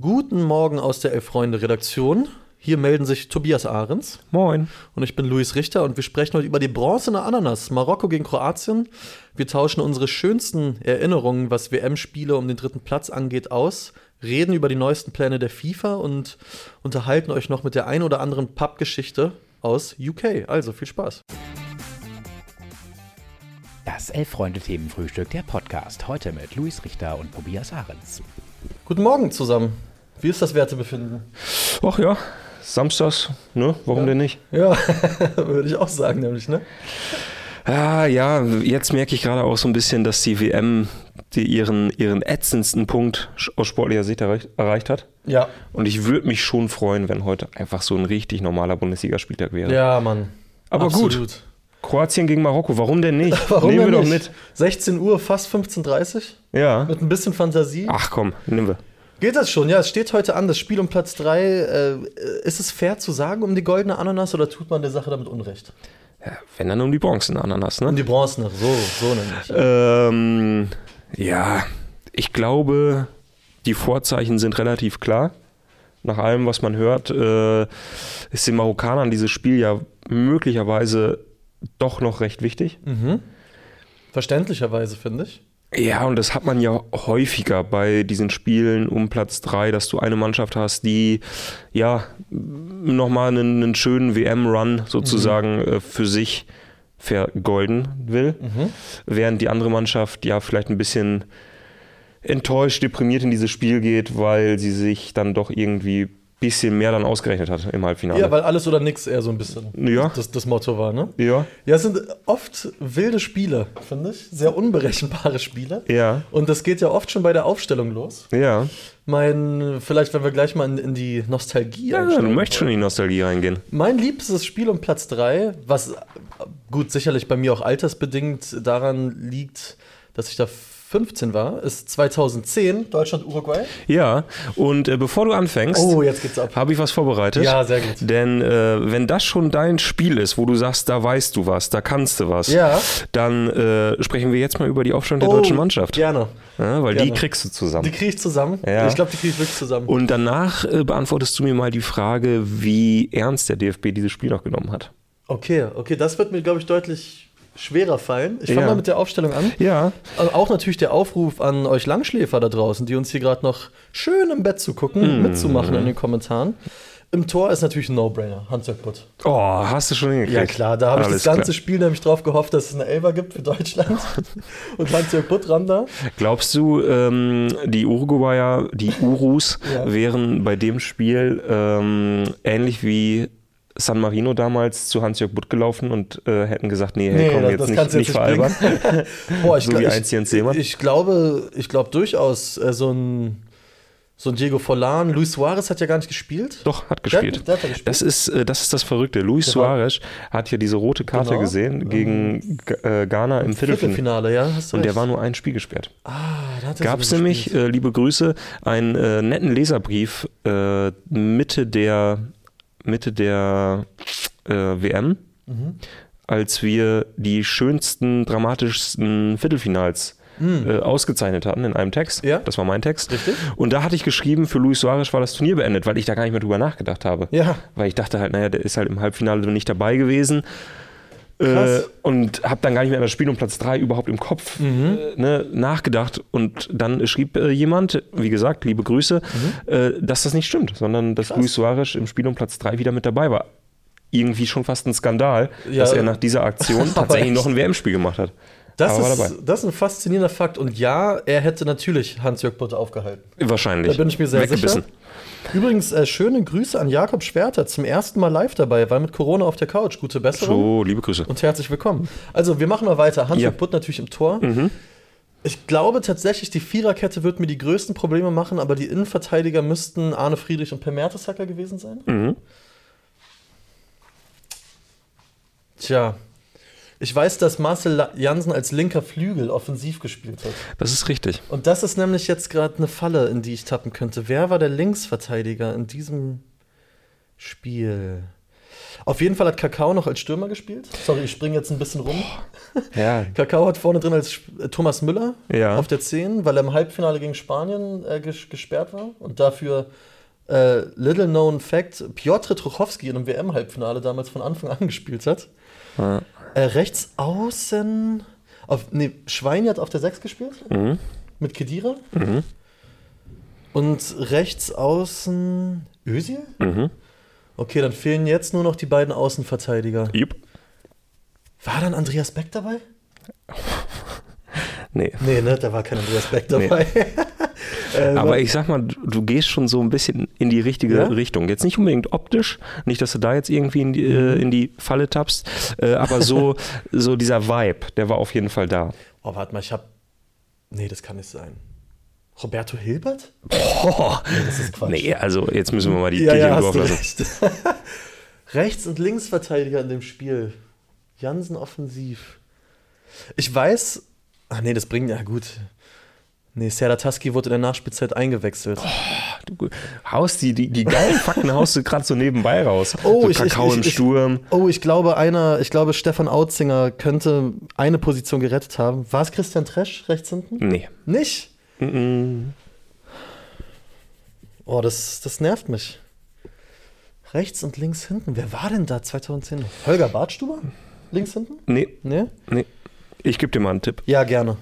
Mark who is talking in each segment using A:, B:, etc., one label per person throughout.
A: Guten Morgen aus der Elf-Freunde-Redaktion. Hier melden sich Tobias Ahrens
B: Moin.
A: und ich bin Luis Richter und wir sprechen heute über die bronzene Ananas, Marokko gegen Kroatien. Wir tauschen unsere schönsten Erinnerungen, was WM-Spiele um den dritten Platz angeht, aus, reden über die neuesten Pläne der FIFA und unterhalten euch noch mit der ein oder anderen Pub-Geschichte aus UK. Also viel Spaß.
C: Das Elf-Freunde-Themenfrühstück, der Podcast. Heute mit Luis Richter und Tobias Ahrens.
A: Guten Morgen zusammen. Wie ist das Wertebefinden?
B: Ach ja, samstags, ne? Warum denn nicht?
A: Ja, würde ich auch sagen, nämlich, ne?
B: Ah ja, jetzt merke ich gerade auch so ein bisschen, dass die WM die ihren, ihren ätzendsten Punkt sch- aus sportlicher Sicht erreicht, erreicht hat.
A: Ja.
B: Und ich würde mich schon freuen, wenn heute einfach so ein richtig normaler Bundesligaspieltag wäre.
A: Ja, Mann.
B: Aber gut,
A: Absolut.
B: Kroatien gegen Marokko, warum denn nicht?
A: Warum
B: nehmen
A: denn
B: wir
A: nicht?
B: doch
A: 16 Uhr, fast 15.30 Uhr.
B: mit. Ja.
A: Mit ein bisschen Fantasie.
B: Ach komm, nehmen wir.
A: Geht das schon? Ja, es steht heute an, das Spiel um Platz 3. Äh, ist es fair zu sagen um die goldene Ananas oder tut man der Sache damit Unrecht?
B: Wenn dann um die Bronzen-Ananas, ne?
A: Um die bronzene, so, so nämlich.
B: Äh. Ähm, ja, ich glaube, die Vorzeichen sind relativ klar. Nach allem, was man hört, äh, ist den Marokkanern dieses Spiel ja möglicherweise doch noch recht wichtig.
A: Verständlicherweise, finde ich.
B: Ja, und das hat man ja häufiger bei diesen Spielen um Platz 3, dass du eine Mannschaft hast, die ja nochmal einen, einen schönen WM-Run sozusagen
A: Mhm.
B: äh, für sich vergolden will, während die andere Mannschaft ja vielleicht ein bisschen enttäuscht, deprimiert in dieses Spiel geht, weil sie sich dann doch irgendwie ein bisschen mehr dann ausgerechnet hat im Halbfinale.
A: Ja, weil alles oder nichts eher so ein bisschen
B: Ja.
A: das, das Motto war, ne?
B: ja.
A: Ja, es sind oft wilde Spiele, finde ich. Sehr unberechenbare Spiele.
B: Ja.
A: Und das geht ja oft schon bei der Aufstellung los.
B: ja.
A: Mein, vielleicht, wenn wir gleich mal in, in die Nostalgie
B: ja, du
A: einsteigen
B: möchtest schon in die Nostalgie reingehen.
A: Mein liebstes Spiel um Platz 3, was äh, gut sicherlich bei mir auch altersbedingt daran liegt, dass ich da 15 war, ist 2010 Deutschland-Uruguay.
B: Ja, und äh, bevor du anfängst,
A: Oh, jetzt geht's ab.
B: habe ich was vorbereitet.
A: Ja, sehr gut.
B: Denn äh, wenn das schon dein Spiel ist, wo du sagst, da weißt du was, da kannst du was,
A: Ja.
B: dann äh, sprechen wir jetzt mal über die Aufstellung der deutschen Mannschaft.
A: Oh, Gerne.
B: Ja, weil die
A: Gerne.
B: kriegst du
A: Die
B: zusammen.
A: kriege ich zusammen.
B: Ja.
A: Ich glaube, die kriege ich wirklich zusammen.
B: Und danach äh, beantwortest du mir mal die Frage, wie ernst der DFB dieses Spiel noch genommen hat.
A: Okay, okay, das wird mir, glaube ich, deutlich schwerer fallen. Ich fange
B: Ja.
A: mal mit der Aufstellung an.
B: Ja.
A: Also auch natürlich der Aufruf an euch Langschläfer da draußen, die uns hier gerade noch schön im Bett zu
B: Mhm.
A: gucken, mitzumachen in den Kommentaren. Im Tor ist natürlich ein No-Brainer, Hans-Jörg Butt.
B: Oh, hast du schon hingekriegt.
A: Ja klar, da habe ich das
B: Alles
A: ganze
B: klar.
A: Spiel nämlich drauf gehofft, dass es eine Elber gibt für Deutschland. Und Hans-Jörg Buttram da.
B: Glaubst du, ähm, die Uruguayer, die Urus,
A: Ja.
B: wären bei dem Spiel ähm, ähnlich wie San Marino damals zu Hans-Jörg Butt gelaufen und äh, hätten gesagt, nee, hey,
A: Nee,
B: komm,
A: das-
B: jetzt
A: das
B: nicht,
A: kannst du
B: nicht
A: jetzt
B: veralbern.
A: nicht Boah, ich,
B: So
A: gla-
B: wie
A: ich-
B: einst Jens Lehmann.
A: Ich glaube, ich glaube durchaus äh, so ein so ein Diego Forlan, Luis Suarez hat ja gar nicht gespielt.
B: Doch, hat
A: Der hat-
B: gespielt.
A: der hat ja gespielt.
B: Das, ist, äh, das ist das Verrückte. Luis
A: Der war-
B: Suarez hat ja diese rote Karte
A: Genau. Ähm,
B: gesehen gegen G- äh, Ghana im Viertelfinale.
A: Viertelfinale, ja. Hast du
B: Und der
A: recht.
B: war nur ein Spiel gesperrt.
A: Ah, da hat er
B: gab es
A: sogar
B: nämlich,
A: gespielt.
B: äh, liebe Grüße, einen äh, netten Leserbrief äh, Mitte der, Mitte der äh, WM,
A: Mhm.
B: als wir die schönsten, dramatischsten Viertelfinals äh, ausgezeichnet hatten in einem Text.
A: Mhm. Ja.
B: Das war mein Text.
A: Richtig.
B: Und da hatte ich geschrieben, für Luis Suarez war das Turnier beendet, weil ich da gar nicht mehr drüber nachgedacht habe.
A: Ja.
B: Weil ich dachte halt, naja, der ist halt im Halbfinale nicht dabei gewesen. Äh,
A: Krass.
B: und habe dann gar nicht mehr an das Spiel um Platz 3 überhaupt im Kopf
A: Mhm.
B: äh, ne, nachgedacht. Und dann schrieb äh, jemand, wie gesagt, liebe Grüße,
A: Mhm.
B: äh, dass das nicht stimmt, sondern dass Luis Suarez im Spiel um Platz 3 wieder mit dabei war. Irgendwie schon fast ein Skandal,
A: Ja.
B: dass er nach dieser Aktion
A: Aber
B: tatsächlich
A: echt.
B: noch ein WM-Spiel gemacht hat.
A: Das
B: Aber war
A: ist, das ist ein faszinierender Fakt. Und ja, er hätte natürlich Hans-Jörg Butt aufgehalten.
B: Wahrscheinlich.
A: Da bin ich mir sehr
B: Weggebissen.
A: sicher. Übrigens, äh, schöne Grüße an Jakob Schwerter. Zum ersten Mal live dabei, war mit Corona auf der Couch. Gute Besserung
B: So, liebe Grüße.
A: und herzlich willkommen. Also, wir machen mal weiter. Hans
B: Ja. Mhm.
A: Butt natürlich im Tor. Ich glaube tatsächlich, die Viererkette wird mir die größten Probleme machen, aber die Innenverteidiger müssten Arne Friedrich und Per Mertesacker gewesen sein.
B: Mhm.
A: Tja. Ich weiß, dass Marcel La- Jansen als linker Flügel offensiv gespielt hat.
B: Das ist richtig.
A: Und das ist nämlich jetzt gerade eine Falle, in die ich tappen könnte. Wer war der Linksverteidiger in diesem Spiel? Auf jeden Fall hat Kakao noch als Stürmer gespielt. Sorry, ich springe jetzt ein bisschen rum.
B: Ja,
A: Kakao hat vorne drin als Sp- äh, Thomas Müller
B: Ja.
A: auf der 10, weil er im Halbfinale gegen Spanien äh, ges gesperrt war und dafür äh, little known fact Piotr Truchowski in einem WM-Halbfinale damals von Anfang an gespielt hat.
B: Ja.
A: Äh, rechts außen auf nee, Schwein hat auf der 6 gespielt
B: Mhm.
A: mit Kedira. Und rechts außen Özil?
B: Mhm.
A: Okay, dann fehlen jetzt nur noch die beiden Außenverteidiger.
B: jupp.
A: War dann Andreas Beck dabei?
B: Nee.
A: Nee, ne, da war kein Andreas Beck dabei. äh,
B: Aber ich sag mal, du du gehst schon so ein bisschen in die richtige
A: Ja?
B: Richtung. Jetzt nicht unbedingt optisch, nicht, dass du da jetzt irgendwie in die, äh, in die Falle tappst, äh, aber so, so dieser Vibe, der war auf jeden Fall da.
A: oh, warte mal, ich hab. Nee, das kann nicht sein. Roberto Hilbert?
B: Boah.
A: Das ist Quatsch.
B: Nee, also jetzt müssen wir mal die
A: ja,
B: Kirche
A: ja,
B: im
A: hast
B: Dorf
A: du
B: lassen.
A: recht. Rechts- und Linksverteidiger in dem Spiel. Jansen offensiv. Ich weiß. Ach nee, das bringt ja gut. Nee, Serdataski wurde in der Nachspielzeit eingewechselt.
B: Du haust die, die, die geilen Fakten haust du gerade so nebenbei raus.
A: Oh,
B: so
A: ich- ich-
B: Kakao
A: ich-
B: im
A: ich-
B: Sturm.
A: Oh, ich glaube, einer, ich glaube, Stefan Autzinger könnte eine Position gerettet haben. War es Christian Tresch rechts hinten?
B: Nee.
A: Nicht? Oh, das, das nervt mich. Rechts und links hinten. Wer war denn da 2010? Holger Bartstuber? Links hinten?
B: Nee,
A: Ne?
B: nee. Ich gebe dir mal einen Tipp.
A: Ja, gerne.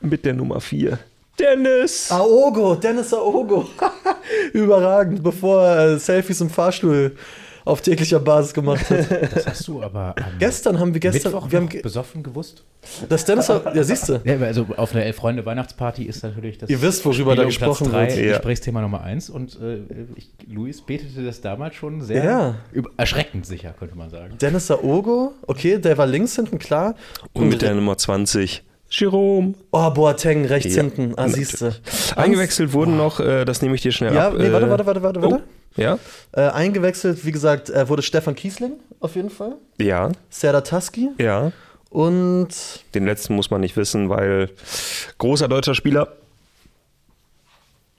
B: Mit der Nummer 4. Dennis!
A: Aogo, Dennis Aogo. Überragend, bevor er äh, Selfies im Fahrstuhl auf täglicher Basis gemacht hat.
C: Das hast du aber am
A: gestern haben wir gestern,
C: Mittwoch
A: wir haben
C: noch
A: ge-
C: besoffen gewusst.
A: das Dennis, Aogo- ja siehst du,
C: Ja, also auf einer Elf-Freunde-Weihnachtsparty ist natürlich das
A: Ihr wisst, worüber
C: Spiel
A: da
C: um
A: gesprochen
C: Platz
A: wird.
B: Ja.
C: Gesprächsthema Nummer eins. Und äh, ich, Luis betete das damals schon sehr
A: Ja.
C: über- erschreckend sicher, könnte man sagen.
A: Dennis Aogo, okay, der war links hinten, klar.
B: Und mit der Nummer 20. Jerome.
A: Oh, Boateng, rechts
B: Ja,
A: hinten. Ah,
B: natürlich.
A: siehst du.
B: Eingewechselt wurden noch, äh, das nehme ich dir schnell
A: Ja,
B: ab.
A: nee, warte,
B: äh,
A: warte, warte, warte, warte.
B: Oh, ja?
A: Äh, eingewechselt, wie gesagt, äh, wurde Stefan Kiesling auf jeden Fall.
B: Ja,
A: Serdar Taski
B: ja.
A: und
B: Den letzten muss man nicht wissen, weil großer deutscher Spieler.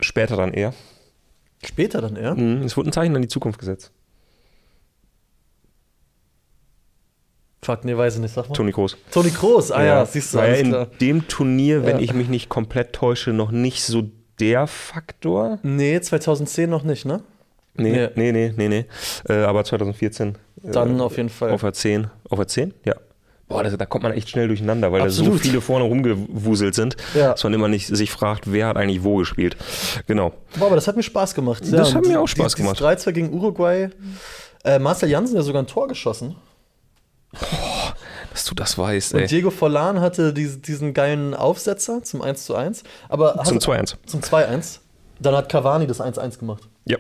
B: Später dann eher.
A: später dann er.
B: Mhm, Es wurde ein Zeichen an die Zukunft gesetzt.
A: Fuck, nee, weiß ich nicht, sag mal.
B: Toni Groß.
A: Toni Kroos, ah ja, siehst du,
B: war ja
A: alles
B: in
A: klar.
B: dem Turnier, wenn
A: Ja.
B: ich mich nicht komplett täusche, noch nicht so der Faktor.
A: Nee, 2010 noch nicht, ne?
B: Nee,
A: Ja.
B: nee, nee, nee, nee. Äh, aber 2014.
A: Dann
B: äh,
A: auf jeden Fall.
B: auf der 10. Auf der 10? Ja. Boah, das, da kommt man echt schnell durcheinander, weil da so
A: Absolut.
B: viele vorne rumgewuselt sind,
A: Ja.
B: dass man immer nicht sich fragt, wer hat eigentlich wo gespielt. Genau.
A: Boah, aber das hat mir Spaß gemacht.
B: Das hat
A: und
B: mir auch Spaß
A: die, dieses
B: gemacht.
A: 3-2 gegen Uruguay. Äh, Marcel Jansen hat sogar ein Tor geschossen.
B: Dass du das weißt,
A: Und
B: ey.
A: Diego Forlan hatte diese, diesen geilen Aufsetzer zum 1 zu 1. Aber
B: Zum
A: hast-
B: 2-1.
A: Zum 2-1. Dann hat Cavani das 1-1 gemacht.
B: Ja.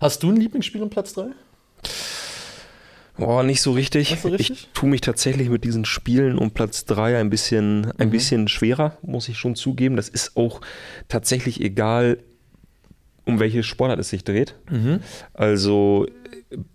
A: Hast du ein Lieblingsspiel im Platz 3?
B: Boah, nicht so richtig.
A: Nicht so richtig?
B: Ich tue mich tatsächlich mit diesen Spielen um Platz 3 ein bisschen,
A: Mhm.
B: ein bisschen schwerer, muss ich schon zugeben. Das ist auch tatsächlich egal, um welche Sportart es sich dreht.
A: Mhm.
B: Also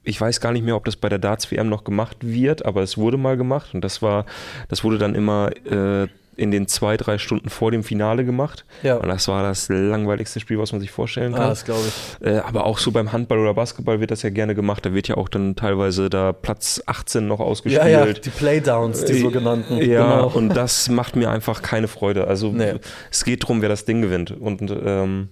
B: ich weiß gar nicht mehr, ob das bei der Darts WM noch gemacht wird, aber es wurde mal gemacht und das war, das wurde dann immer äh, in den zwei, drei Stunden vor dem Finale gemacht.
A: Ja. Ah,
B: Und das war das langweiligste Spiel, was man sich vorstellen kann.
A: glaube ich.
B: Äh, aber auch so beim Handball oder Basketball wird das ja gerne gemacht. Da wird ja auch dann teilweise da Platz 18 noch ausgespielt. Äh,
A: Ja, ja, die Playdowns, die sogenannten.
B: Ja,
A: genau.
B: und das macht mir einfach keine Freude. Also
A: Nee.
B: es geht darum, wer das Ding gewinnt. Und ähm,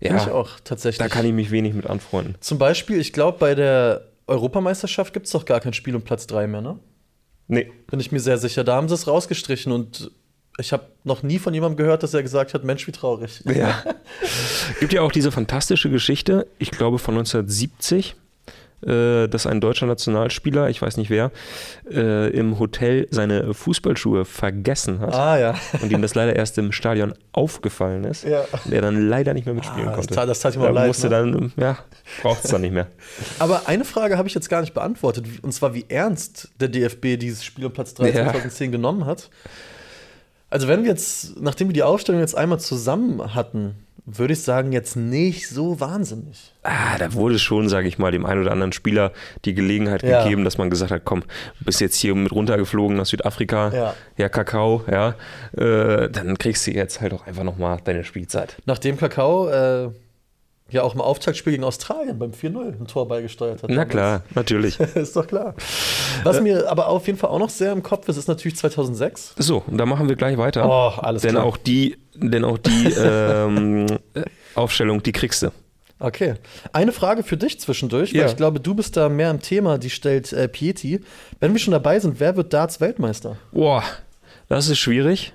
B: ja,
A: ich auch, tatsächlich.
B: da kann ich mich wenig mit anfreunden.
A: Zum Beispiel, ich glaube, bei der Europameisterschaft gibt es doch gar kein Spiel um Platz 3 mehr, ne?
B: Nee,
A: Bin ich mir sehr sicher. Da haben sie es rausgestrichen und ich habe noch nie von jemandem gehört, dass er gesagt hat, Mensch, wie traurig.
B: ja. Gibt ja auch diese fantastische Geschichte, ich glaube von 1970, äh, dass ein deutscher Nationalspieler, ich weiß nicht wer, äh, im Hotel seine Fußballschuhe vergessen hat.
A: Ah ja.
B: und ihm das leider erst im Stadion aufgefallen ist
A: Ja.
B: und er dann leider nicht mehr mitspielen
A: Ah, das
B: konnte.
A: tat- das tat ihm auch
B: Er
A: leid,
B: Musste
A: ne?
B: dann, ja, braucht es dann nicht mehr.
A: Aber eine Frage habe ich jetzt gar nicht beantwortet, wie- und zwar wie ernst der DFB dieses Spiel um Platz 3
B: Ja.
A: 2010 genommen hat. Also wenn wir jetzt, nachdem wir die Aufstellung jetzt einmal zusammen hatten, würde ich sagen, jetzt nicht so wahnsinnig.
B: Ah, da wurde schon, sage ich mal, dem einen oder anderen Spieler die Gelegenheit
A: Ja.
B: gegeben, dass man gesagt hat, komm, du bist jetzt hier mit runtergeflogen nach Südafrika,
A: Ja.
B: Kakao, ja, äh, dann kriegst du jetzt halt auch einfach nochmal deine Spielzeit.
A: Nachdem Kakao äh, ja auch im Auftaktspiel gegen Australien beim 4-0 ein Tor beigesteuert hat.
B: Na
A: damals.
B: klar, Äh. natürlich.
A: ist doch klar. Was mir aber auf jeden Fall auch noch sehr im Kopf ist, ist natürlich 2006.
B: So, und da machen wir gleich weiter.
A: Oh, alles
B: denn
A: klar.
B: auch die, denn auch die ähm, äh, Aufstellung, die kriegst du.
A: Okay. Eine Frage für dich zwischendurch,
B: Ja.
A: weil ich glaube, du bist da mehr im Thema, die stellt äh, Pieti. Wenn wir schon dabei sind, wer wird Darts Weltmeister?
B: Boah, das ist schwierig.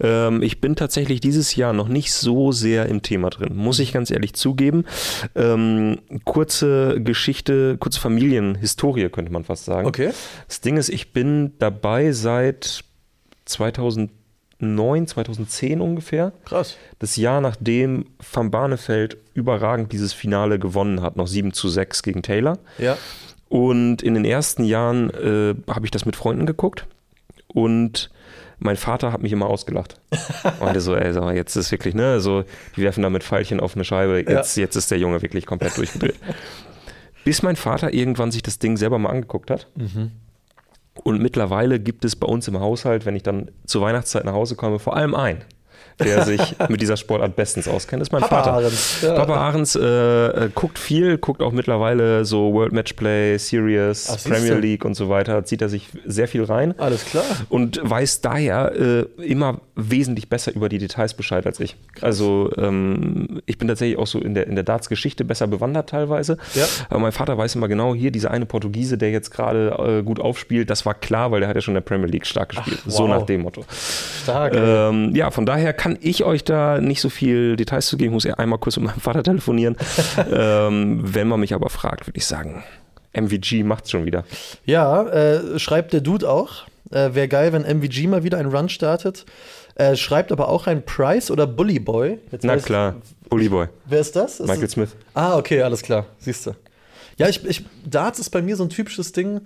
B: Ähm, ich bin tatsächlich dieses Jahr noch nicht so sehr im Thema drin, muss ich ganz ehrlich zugeben. Ähm, kurze Geschichte, kurze Familienhistorie könnte man fast sagen. Das Ding ist, ich bin dabei seit 2009, 2010 ungefähr.
A: Krass.
B: Das Jahr, nachdem Van Barneveld überragend dieses Finale gewonnen hat, noch 7 zu 6 gegen Taylor.
A: Ja.
B: Und in den ersten Jahren äh, habe ich das mit Freunden geguckt und mein Vater hat mich immer ausgelacht. Und er so, ey, sag mal, jetzt ist wirklich, ne, so, die werfen da mit Pfeilchen auf eine Scheibe, jetzt, jetzt ist der Junge wirklich komplett durchgedreht. Bis mein Vater irgendwann sich das Ding selber mal angeguckt hat.
A: Mhm.
B: Und mittlerweile gibt es bei uns im Haushalt, wenn ich dann zur Weihnachtszeit nach Hause komme, vor allem einen, der sich mit dieser Sportart bestens auskennt, Das ist mein
A: Papa
B: Vater.
A: Ahrens, ja.
B: Papa Ahrens äh, äh, guckt viel, guckt auch mittlerweile so World Match Play, Series,
A: Ach, siehste.
B: Premier League und so weiter, zieht er sich sehr viel rein
A: Alles klar.
B: und weiß daher äh, immer wesentlich besser über die Details Bescheid als ich. Also ähm, ich bin tatsächlich auch so in der, in der Darts-Geschichte besser bewandert teilweise.
A: Ja.
B: Aber mein Vater weiß immer genau, hier dieser eine Portugiese, der jetzt gerade äh, gut aufspielt, das war klar, weil der hat ja schon in der Premier League stark gespielt. So
A: wow.
B: nach dem Motto.
A: Stark.
B: Ähm, ja, von daher kann ich euch da nicht so viel Details zu geben. Ich muss eher einmal kurz mit meinem Vater telefonieren. ähm, wenn man mich aber fragt, würde ich sagen, MVG macht's schon wieder.
A: Ja, äh, schreibt der Dude auch. Äh, Wäre geil, wenn MVG mal wieder einen Run startet. Äh, schreibt aber auch ein Price oder Bully Boy. Jetzt
B: Na
A: weiß ich-
B: klar, Bully Boy,
A: Wer ist das? Ist
B: Michael
A: das-
B: Smith.
A: Ah, okay, alles klar. Siehst du. Ja, ich, ich, Darts ist bei mir so ein typisches Ding.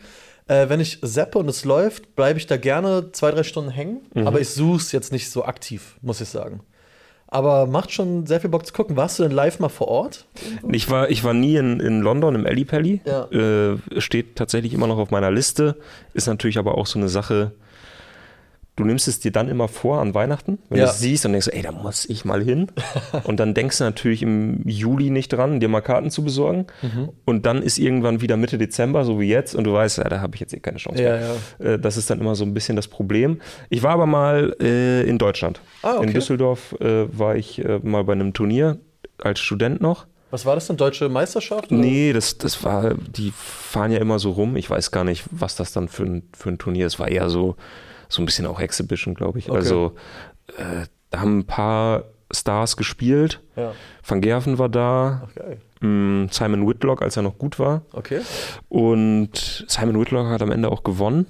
A: Äh, wenn ich seppe und es läuft, bleibe ich da gerne zwei, drei Stunden hängen. Aber ich suche es jetzt nicht so aktiv, muss ich sagen. Aber macht schon sehr viel Bock zu gucken. Warst du denn live mal vor Ort?
B: Ich war, ich war nie in, in London im Alley Pally.
A: Ja.
B: Äh, steht tatsächlich immer noch auf meiner Liste. Ist natürlich aber auch so eine Sache. Du nimmst es dir dann immer vor an Weihnachten, wenn
A: Ja.
B: du es siehst und denkst, ey, da muss ich mal hin. Und dann denkst du natürlich im Juli nicht dran, dir mal Karten zu besorgen.
A: Mhm.
B: Und dann ist irgendwann wieder Mitte Dezember, so wie jetzt, und du weißt, ja, da habe ich jetzt eh keine Chance
A: Ja,
B: mehr. Äh, Das ist dann immer so ein bisschen das Problem. Ich war aber mal äh, in Deutschland.
A: Ah, okay.
B: In Düsseldorf äh, war ich äh, mal bei einem Turnier als Student noch.
A: Was war das denn? Deutsche Meisterschaft? oder?
B: Nee, das, das war, die fahren ja immer so rum. Ich weiß gar nicht, was das dann für ein, für ein Turnier ist. War eher so, so ein bisschen auch Exhibition, glaube ich.
A: Okay.
B: Also, äh, da haben ein paar Stars gespielt.
A: Ja.
B: Van Gerven war da.
A: Ach, geil.
B: Mm, Simon Whitlock, als er noch gut war.
A: Okay.
B: Und Simon Whitlock hat am Ende auch gewonnen.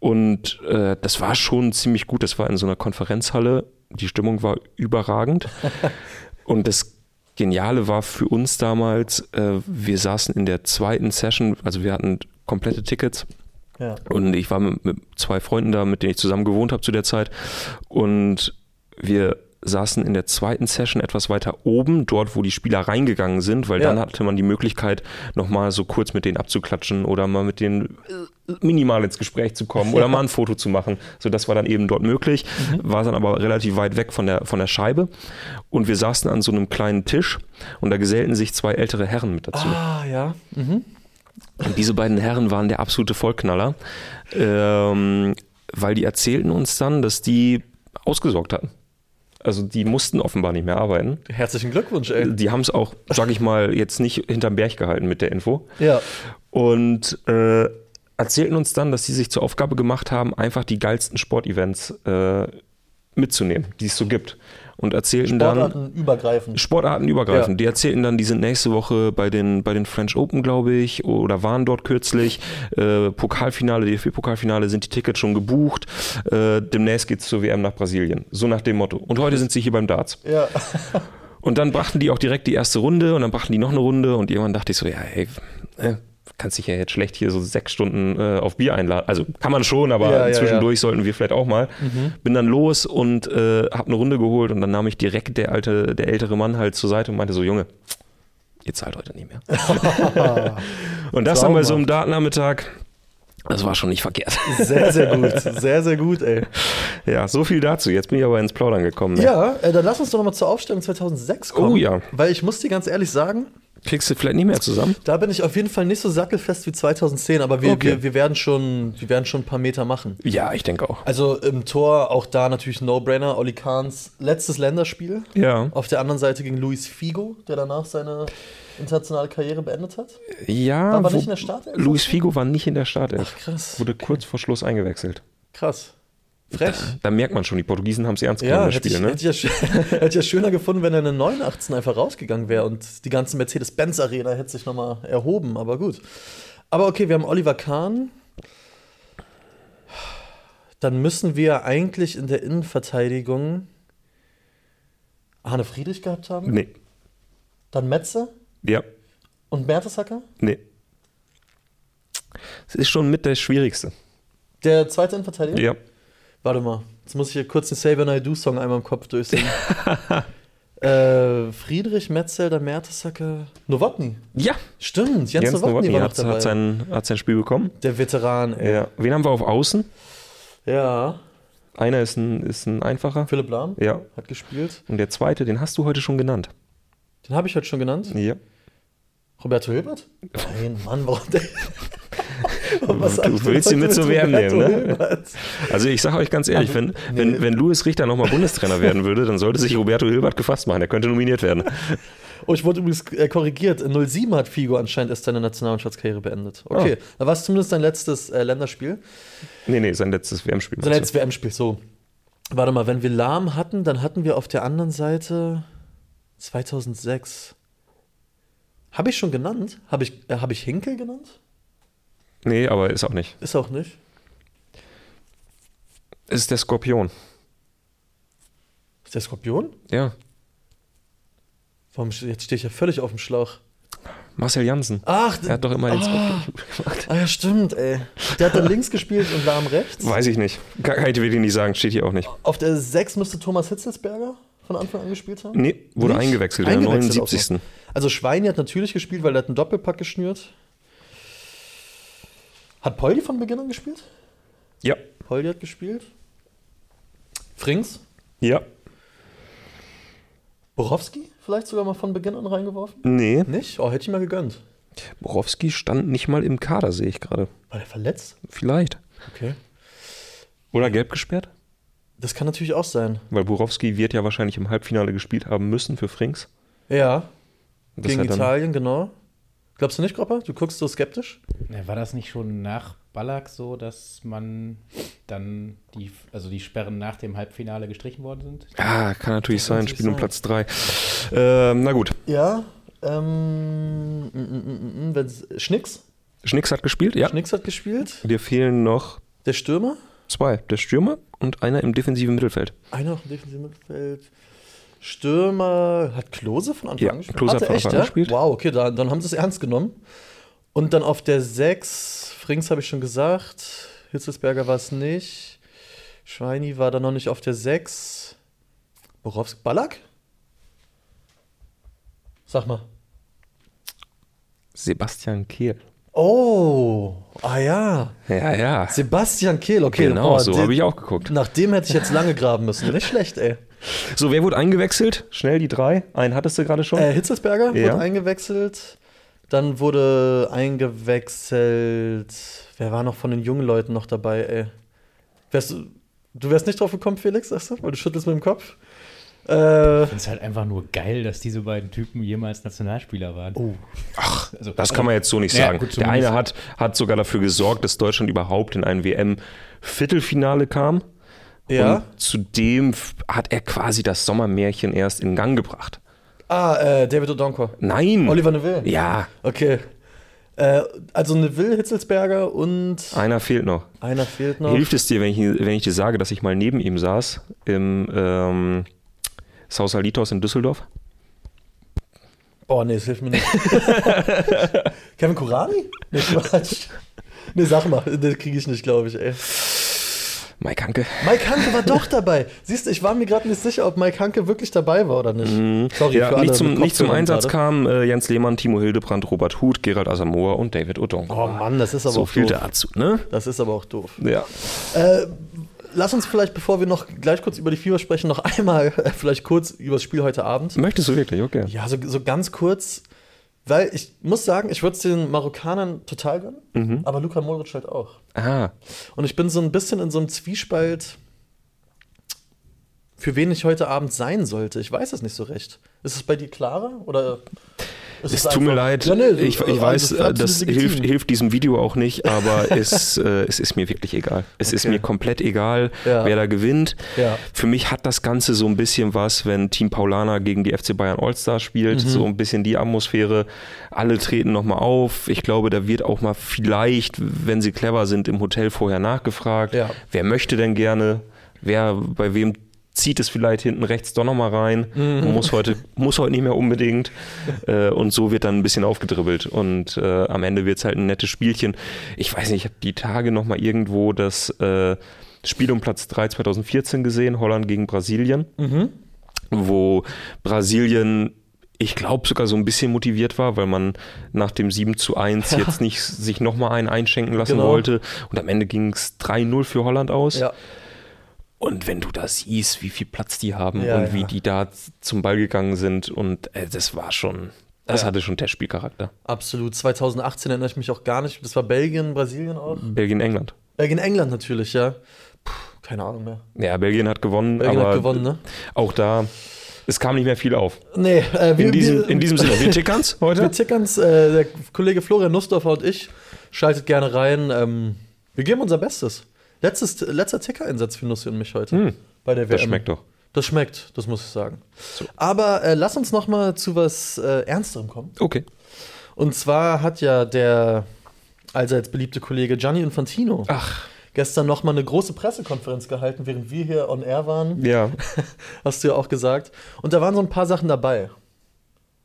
B: Und äh, das war schon ziemlich gut. Das war in so einer Konferenzhalle. Die Stimmung war überragend. Und das Geniale war für uns damals, äh, wir saßen in der zweiten Session, also wir hatten komplette Tickets.
A: Ja.
B: Und ich war mit, mit zwei Freunden da, mit denen ich zusammen gewohnt habe zu der Zeit. Und wir saßen in der zweiten Session etwas weiter oben, dort, wo die Spieler reingegangen sind, weil
A: Ja.
B: dann hatte man die Möglichkeit, nochmal so kurz mit denen abzuklatschen oder mal mit denen äh, minimal ins Gespräch zu kommen oder mal ein Foto zu machen. So, das war dann eben dort möglich,
A: Mhm.
B: war dann aber relativ weit weg von der, von der Scheibe. Und wir saßen an so einem kleinen Tisch und da gesellten sich zwei ältere Herren mit dazu.
A: Ah, ja.
B: Und diese beiden Herren waren der absolute Vollknaller, ähm, weil die erzählten uns dann, dass die ausgesorgt hatten. Also die mussten offenbar nicht mehr arbeiten.
A: Herzlichen Glückwunsch, ey.
B: Die haben es auch, sag ich mal, jetzt nicht hinterm Berg gehalten mit der Info.
A: Ja.
B: Und äh, erzählten uns dann, dass sie sich zur Aufgabe gemacht haben, einfach die geilsten Sportevents äh, mitzunehmen, die es so gibt. Und erzählten dann,
A: Sportarten übergreifend.
B: Sportartenübergreifend.
A: Ja.
B: Die erzählten dann, die sind nächste Woche bei den, bei den French Open, glaube ich, oder waren dort kürzlich. Äh, Pokalfinale, DFB-Pokalfinale sind die Tickets schon gebucht. Äh, demnächst geht's zur WM nach Brasilien. So nach dem Motto. Und heute sind sie hier beim Darts.
A: Ja.
B: Und dann brachten die auch direkt die erste Runde und dann brachten die noch eine Runde und irgendwann dachte ich so, ja, hey, äh, kannst dich ja jetzt schlecht hier so sechs Stunden äh, auf Bier einladen. Also kann man schon, aber
A: Ja, ja,
B: zwischendurch sollten wir vielleicht auch mal. Bin dann los und äh, hab eine Runde geholt und dann nahm ich direkt der alte, der ältere Mann halt zur Seite und meinte so, Junge, ihr zahlt heute nicht mehr. und das dann bei so einem Datenamittag. Das war schon nicht verkehrt.
A: Sehr, sehr gut. Sehr, sehr gut, ey.
B: Ja, so viel dazu. Jetzt bin ich aber ins Plaudern gekommen. Ne?
A: Ja, äh, dann lass uns doch nochmal zur Aufstellung 2006 kommen.
B: Oh ja.
A: Weil ich muss dir ganz ehrlich sagen,
B: Kriegst du vielleicht nicht mehr zusammen?
A: da bin ich auf jeden Fall nicht so sattelfest wie 2010, aber wir,
B: Okay.
A: wir, wir, werden, schon, wir werden schon ein paar Meter machen.
B: Ja, ich denke auch.
A: Also im Tor auch da natürlich ein No-Brainer. Oli Kahns letztes Länderspiel.
B: Ja.
A: Auf der anderen Seite gegen Luis Figo, der danach seine internationale Karriere beendet hat.
B: Ja,
A: War aber
B: wo-
A: nicht in der Startelf?
B: Luis Figo war nicht in der Startelf.
A: Krass.
B: Wurde kurz vor Schluss eingewechselt.
A: Krass. Frech.
B: Da merkt man schon, die Portugiesen haben es ernst genommen,
A: Ja,
B: das
A: hätte
B: Spiel,
A: ich,
B: ne?
A: hätte, ich ja, schö- hätte ich ja schöner gefunden, wenn er in den 89 einfach rausgegangen wäre und die ganze Mercedes-Benz-Arena hätte sich nochmal erhoben, aber gut. Aber okay, wir haben Oliver Kahn. Dann müssen wir eigentlich in der Innenverteidigung Arne Friedrich gehabt haben,
B: Nee.
A: dann Metze
B: Ja,
A: und Mertesacker.
B: nee. Es ist schon mit der schwierigste.
A: Der zweite Innenverteidiger?
B: Ja.
A: Warte mal, jetzt muss ich hier kurz den Saber I Do Song einmal im Kopf durchsingen. äh, Friedrich Metzelder, Mertesacker, Nowotny.
B: Ja,
A: Stimmt, Jens,
B: Jens
A: Nowotny
B: Nowotny
A: war noch
B: hat,
A: dabei.
B: hat, sein, hat sein Spiel bekommen.
A: der Veteran, ey.
B: Ja. Wen haben wir auf Außen?
A: Ja.
B: Einer ist ein, ist ein einfacher.
A: Philipp Lahm
B: Ja.
A: hat gespielt.
B: Und der zweite, den hast du heute schon genannt.
A: Den habe ich heute schon genannt.
B: Ja.
A: Roberto Hilbert? Nein, Mann, warum der?
B: Du willst ihn mit
A: zu
B: zur WM nehmen, ne?
A: Hilbert?
B: Also ich sage euch ganz ehrlich, wenn, wenn, wenn Louis Richter nochmal Bundestrainer werden würde, dann sollte sich Roberto Hilbert gefasst machen. Er könnte nominiert werden.
A: Oh, ich wurde übrigens äh, korrigiert. In 07 hat Figo anscheinend erst seine Nationalmannschaftskarriere beendet. Okay,
B: Ah.
A: da war es zumindest sein letztes äh, Länderspiel.
B: Nee, nee, sein letztes WM-Spiel.
A: Sein
B: meinst
A: letztes
B: du?
A: Also WM-Spiel, so. Warte mal, wenn wir Lahm hatten, dann hatten wir auf der anderen Seite 2006. Habe ich schon genannt? Habe ich, äh, hab ich Hinkel genannt?
B: Nee, aber ist auch nicht.
A: Ist auch nicht.
B: Ist der Skorpion.
A: Ist der Skorpion?
B: Ja.
A: Warum, ste- jetzt stehe ich ja völlig auf dem Schlauch.
B: Marcel Janssen.
A: Ach,
B: Er hat doch immer den
A: ah,
B: Skorpion gemacht.
A: ah, ja, stimmt, ey. Der hat dann links gespielt und Lahm rechts.
B: Weiß ich nicht. Kann kann ich dir nicht sagen, steht hier auch nicht.
A: Auf der 6 müsste Thomas Hitzelsberger von Anfang an gespielt haben.
B: Nee, wurde
A: Nicht?
B: eingewechselt, in der
A: Eingewechselt
B: 79.
A: auch noch. Also Schweini hat natürlich gespielt, weil er hat einen Doppelpack geschnürt. Hat Poldi von Beginn an gespielt?
B: Ja.
A: Poldi hat gespielt. Frings?
B: Ja.
A: Borowski vielleicht sogar mal von Beginn an reingeworfen?
B: Nee.
A: Nicht? Oh, hätte ich mal gegönnt.
B: Borowski stand nicht mal im Kader, sehe ich gerade.
A: War der verletzt?
B: Vielleicht.
A: Okay.
B: Oder gelb gesperrt?
A: Das kann natürlich auch sein.
B: Weil Borowski wird ja wahrscheinlich im Halbfinale gespielt haben müssen für Frings.
A: Ja,
B: Das
A: gegen
B: hat dann-
A: Italien, genau. Glaubst du nicht, Gropper? Du guckst so skeptisch?
C: Na, War das nicht schon nach Ballack so, dass man dann die, also die Sperren nach dem Halbfinale gestrichen worden sind?
B: Ah, kann natürlich
A: Kann
B: sein,
A: natürlich
B: Spiel um
A: sein.
B: Platz 3. Ähm, na gut,
A: Ja. Ähm, mm, mm, mm, mm, wenn's- Schnicks?
B: Schnicks hat gespielt, ja.
A: Schnicks hat gespielt.
B: Dir fehlen noch
A: Der Stürmer?
B: zwei, der Stürmer und einer im defensiven Mittelfeld.
A: Einer auf dem defensiven Mittelfeld. Stürmer hat Klose von Anfang
B: Ja,
A: an gespielt.
B: Klose hat
A: er
B: von
A: echt,
B: Anfang an
A: ja?
B: gespielt.
A: Wow, okay, dann, dann haben sie es ernst genommen. Und dann auf der 6, Frings habe ich schon gesagt, Hitzelsberger war es nicht. Schweini war da noch nicht auf der 6. Borowski, Ballack? Sag mal.
B: Sebastian Kehl.
A: Oh, ah ja.
B: Ja, ja.
A: Sebastian Kehl, okay.
B: genau,
A: boah,
B: so
A: den-
B: habe ich auch geguckt.
A: Nach dem hätte ich jetzt lange graben müssen. Nicht schlecht, ey.
B: So, wer wurde eingewechselt? Schnell die drei. Einen hattest du gerade schon.
A: Äh, Hitzelsberger
B: Ja.
A: wurde eingewechselt. Dann wurde eingewechselt. Wer war noch von den jungen Leuten noch dabei, ey? Wärst du, du wärst nicht drauf gekommen, Felix, sagst du? Weil du schüttelst mit dem Kopf. Äh,
C: Ich finde es halt einfach nur geil, dass diese beiden Typen jemals Nationalspieler waren.
A: oh,
C: Also,
B: Das kann man jetzt so nicht
C: Naja,
B: sagen.
C: gut,
B: der
C: zumindest-
B: eine hat, hat sogar dafür gesorgt, dass Deutschland überhaupt in ein WM-Viertelfinale kam.
A: ja.
B: Und zudem f- hat er quasi das Sommermärchen erst in Gang gebracht.
A: Ah, äh, David O'Donkor.
B: Nein.
A: Oliver Neville.
B: Ja,
A: Okay. Äh, also Neville, Hitzelsberger und
B: einer fehlt noch.
A: einer fehlt noch.
B: Hilft es dir, wenn ich, wenn ich dir sage, dass ich mal neben ihm saß im ähm, Sausalitos in Düsseldorf?
A: Oh, nee, es hilft mir nicht. Kevin Kurani? Nee, Quatsch. Nee, sag mal, das kriege ich nicht, glaube ich, ey.
B: Mike Hanke.
A: Mike Hanke war doch dabei. Siehst du, ich war mir gerade nicht sicher, ob Mike Hanke wirklich dabei war oder nicht. Sorry
B: Mhm. Ja, nicht zum,
A: mit
B: nicht zum
A: Kopfhörern
B: Einsatz
A: gerade.
B: kamen äh, Jens Lehmann, Timo Hildebrand, Robert Huth, Gerald Asamoah und David Odonko.
A: Oh Mann, das ist aber
B: so
A: auch
B: viel
A: doof.
B: dazu, ne?
A: Das ist aber auch doof.
B: Ja.
A: Äh, lass uns vielleicht, bevor wir noch gleich kurz über die Fieber sprechen, noch einmal äh, vielleicht kurz über das Spiel heute Abend.
B: Möchtest du wirklich? Okay.
A: Ja, so, so ganz kurz, weil ich muss sagen, ich würde es den Marokkanern total gönnen,
B: Mhm.
A: aber Luka Modric halt auch.
B: Ah,
A: Und ich bin so ein bisschen in so einem Zwiespalt, für wen ich heute Abend sein sollte. Ich weiß es nicht so recht. Ist es bei dir klarer? Oder ist
B: es tut mir
A: einfach-
B: leid.
A: Ja, nee,
B: ich,
A: also
B: ich weiß, äh,
A: absolut
B: das
A: legitim.
B: hilft, hilft diesem Video auch nicht, aber es, äh, es ist mir wirklich egal. Es ist
A: Okay.
B: mir komplett egal,
A: Ja.
B: wer da gewinnt.
A: Ja.
B: Für mich hat das Ganze so ein bisschen was, wenn Team Paulana gegen die FC Bayern All-Star
A: Mhm.
B: spielt, so ein bisschen die Atmosphäre. Alle treten nochmal auf. Ich glaube, da wird auch mal vielleicht, wenn sie clever sind, im Hotel vorher nachgefragt.
A: Ja.
B: Wer möchte denn gerne? Wer bei wem zieht es vielleicht hinten rechts doch nochmal rein?
A: Mhm.
B: Muss, heute, muss heute nicht mehr unbedingt. Äh, und so wird dann ein bisschen aufgedribbelt. Und äh, am Ende wird es halt ein nettes Spielchen. Ich weiß nicht, ich habe die Tage nochmal irgendwo das äh, Spiel um Platz 3 2014 gesehen, Holland gegen Brasilien
A: Mhm.
B: wo Brasilien, ich glaube, sogar so ein bisschen motiviert war, weil man nach dem 7 zu 1 jetzt nicht sich nochmal einen einschenken lassen
A: Genau.
B: wollte. Und am Ende ging es 3-0 für Holland aus.
A: Ja.
B: Und wenn du da siehst, wie viel Platz die haben
A: Ja,
B: und
A: ja.
B: wie die da z- zum Ball gegangen sind, und äh, das war schon, das
A: Ja.
B: hatte schon Testspielcharakter.
A: Absolut. 2018 erinnere ich mich auch gar nicht. Das war Belgien, Brasilien auch.
B: Belgien, England.
A: Äh, gegen England natürlich, ja. Puh, keine Ahnung mehr.
B: Ja, Belgien hat gewonnen,
A: Belgien
B: aber
A: hat gewonnen, ne?
B: auch da, es kam nicht mehr viel auf.
A: Nee, äh, wir,
B: In diesem,
A: wir,
B: in diesem Sinne, wir tickern's
A: wir
B: heute.
A: tickern's. Äh, der Kollege Florian Nussdorfer und ich schaltet gerne rein. Ähm, wir geben unser Bestes. Letztes, letzter Ticker-Einsatz für Nussi und mich heute. Bei der WM.
B: Hm. Das schmeckt doch.
A: Das schmeckt, das muss ich sagen. Aber äh, lass uns noch mal zu was äh, Ernsterem kommen.
B: Okay.
A: Und zwar hat ja der allseits beliebte Kollege Gianni Infantino
B: Ach,
A: gestern noch mal eine große Pressekonferenz gehalten, während wir hier on air waren.
B: ja.
A: Hast du ja auch gesagt. Und da waren so ein paar Sachen dabei.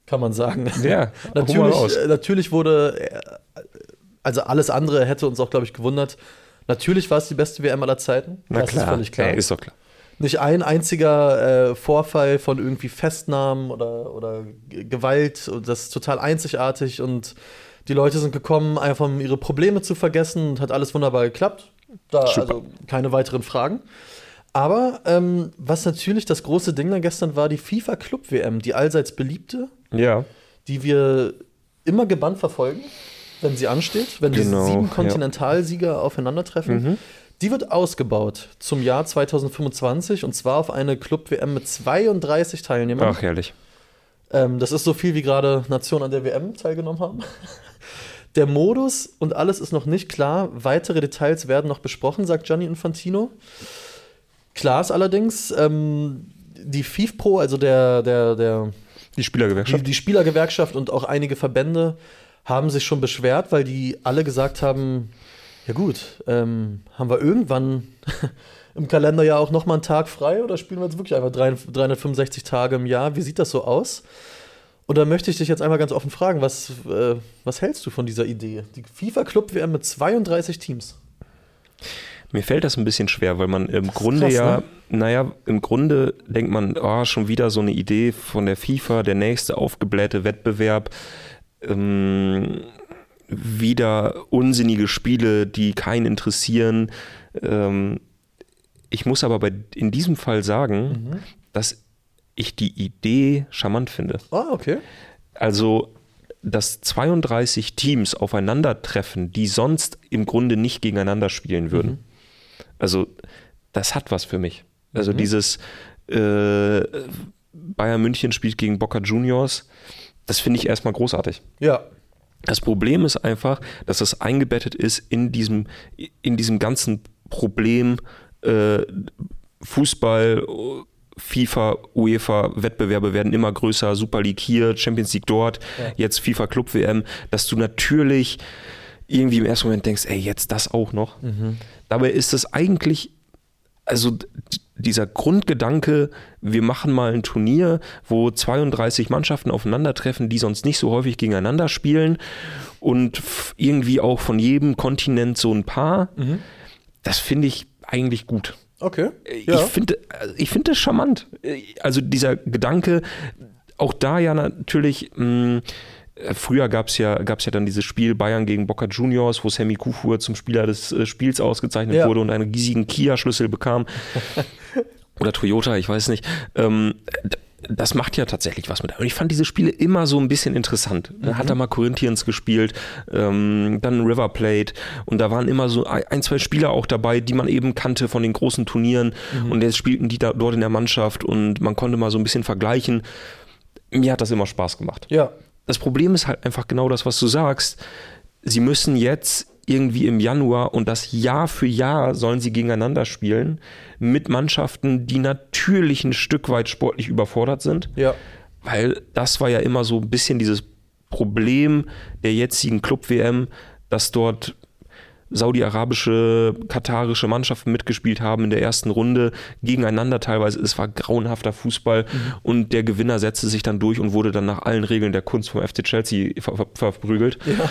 A: Kann man sagen.
B: Ja, hol mal raus.
A: natürlich, äh, natürlich wurde, äh, also alles andere hätte uns auch, glaube ich, gewundert. Natürlich war es die beste WM aller Zeiten.
B: Na
A: das
B: klar.
A: ist völlig klar.
B: Ja, ist doch klar.
A: Nicht ein einziger äh, Vorfall von irgendwie Festnahmen oder, oder G- Gewalt. Und Das ist total einzigartig und die Leute sind gekommen, einfach um ihre Probleme zu vergessen und hat alles wunderbar geklappt. Da,
B: Super.
A: also keine weiteren Fragen. Aber ähm, was natürlich das große Ding dann gestern war, die FIFA Club WM, die allseits beliebte,
B: Ja,
A: die wir immer gebannt verfolgen, wenn sie ansteht, wenn
B: Genau,
A: diese sieben
B: ja. Mhm.
A: Kontinentalsieger aufeinandertreffen. Die wird ausgebaut zum Jahr 2025 und zwar auf eine Club-WM mit 32 Teilnehmern.
B: ach herrlich.
A: Ähm, das ist so viel, wie gerade Nationen an der WM teilgenommen haben. Der Modus und alles ist noch nicht klar. Weitere Details werden noch besprochen, sagt Gianni Infantino. Klar ist allerdings, ähm, die FIFPro, also der, der, der
B: Die
A: die,
B: Spielergewerkschaft.
A: die Spielergewerkschaft und auch einige Verbände haben sich schon beschwert, weil die alle gesagt haben, ja gut, ähm, haben wir irgendwann im Kalender ja auch nochmal einen Tag frei oder spielen wir jetzt wirklich einfach 3 365 Tage im Jahr? Wie sieht das so aus? Und da möchte ich dich jetzt einmal ganz offen fragen, was, äh, was hältst du von dieser Idee? Die FIFA Club WM mit 32 Teams.
B: Mir fällt das ein bisschen schwer, weil man im
A: ist
B: Grunde
A: krass,
B: ja,
A: ne?
B: naja, im Grunde denkt man, ah, schon wieder so eine Idee von der FIFA, der nächste aufgeblähte Wettbewerb. Ähm, wieder unsinnige Spiele, die keinen interessieren. Ähm, ich muss aber bei, in diesem Fall sagen,
A: Mhm.
B: dass ich die Idee charmant finde.
A: Ah, okay.
B: Also, dass 32 Teams aufeinandertreffen, die sonst im Grunde nicht gegeneinander spielen würden. Also, das hat was für mich. Also, dieses äh, Bayern München spielt gegen Boca Juniors, das finde ich erstmal großartig.
A: Ja.
B: Das Problem ist einfach, dass das eingebettet ist in diesem, in diesem ganzen Problem äh, Fußball, FIFA, UEFA, Wettbewerbe werden immer größer, Super League hier, Champions League dort, jetzt FIFA Club WM, dass du natürlich irgendwie im ersten Moment denkst, ey, jetzt das auch noch. Dabei ist es eigentlich also d- dieser Grundgedanke, wir machen mal ein Turnier, wo 32 Mannschaften aufeinandertreffen, die sonst nicht so häufig gegeneinander spielen und f- irgendwie auch von jedem Kontinent so ein paar, das finde ich eigentlich gut.
A: Okay.
B: Ich finde ich find das charmant. Also dieser Gedanke, auch da ja natürlich, mh, früher gab es ja, gab's ja dann dieses Spiel Bayern gegen Boca Juniors, wo Sammy Kufur zum Spieler des äh, Spiels ausgezeichnet
A: Ja.
B: wurde und einen riesigen Kia-Schlüssel bekam. Oder Toyota, ich weiß nicht. Ähm, d- das macht ja tatsächlich was mit einem. Und ich fand diese Spiele immer so ein bisschen interessant. Dann Hat da mal Corinthians gespielt, ähm, dann River Plate. Und da waren immer so ein, ein, zwei Spieler auch dabei, die man eben kannte von den großen Turnieren. Und jetzt spielten die da, dort in der Mannschaft und man konnte mal so ein bisschen vergleichen. Mir hat das immer Spaß gemacht.
A: Ja.
B: Das Problem ist halt einfach genau das, was du sagst. Sie müssen jetzt irgendwie im Januar und das Jahr für Jahr sollen sie gegeneinander spielen mit Mannschaften, die natürlich ein Stück weit sportlich überfordert sind,
A: Ja.
B: weil das war ja immer so ein bisschen dieses Problem der jetzigen Club-WM, dass dort saudi-arabische, katarische Mannschaften mitgespielt haben in der ersten Runde gegeneinander teilweise. Es war grauenhafter Fußball und der Gewinner setzte sich dann durch und wurde dann nach allen Regeln der Kunst vom FC Chelsea ver ver verprügelt.
A: Ja.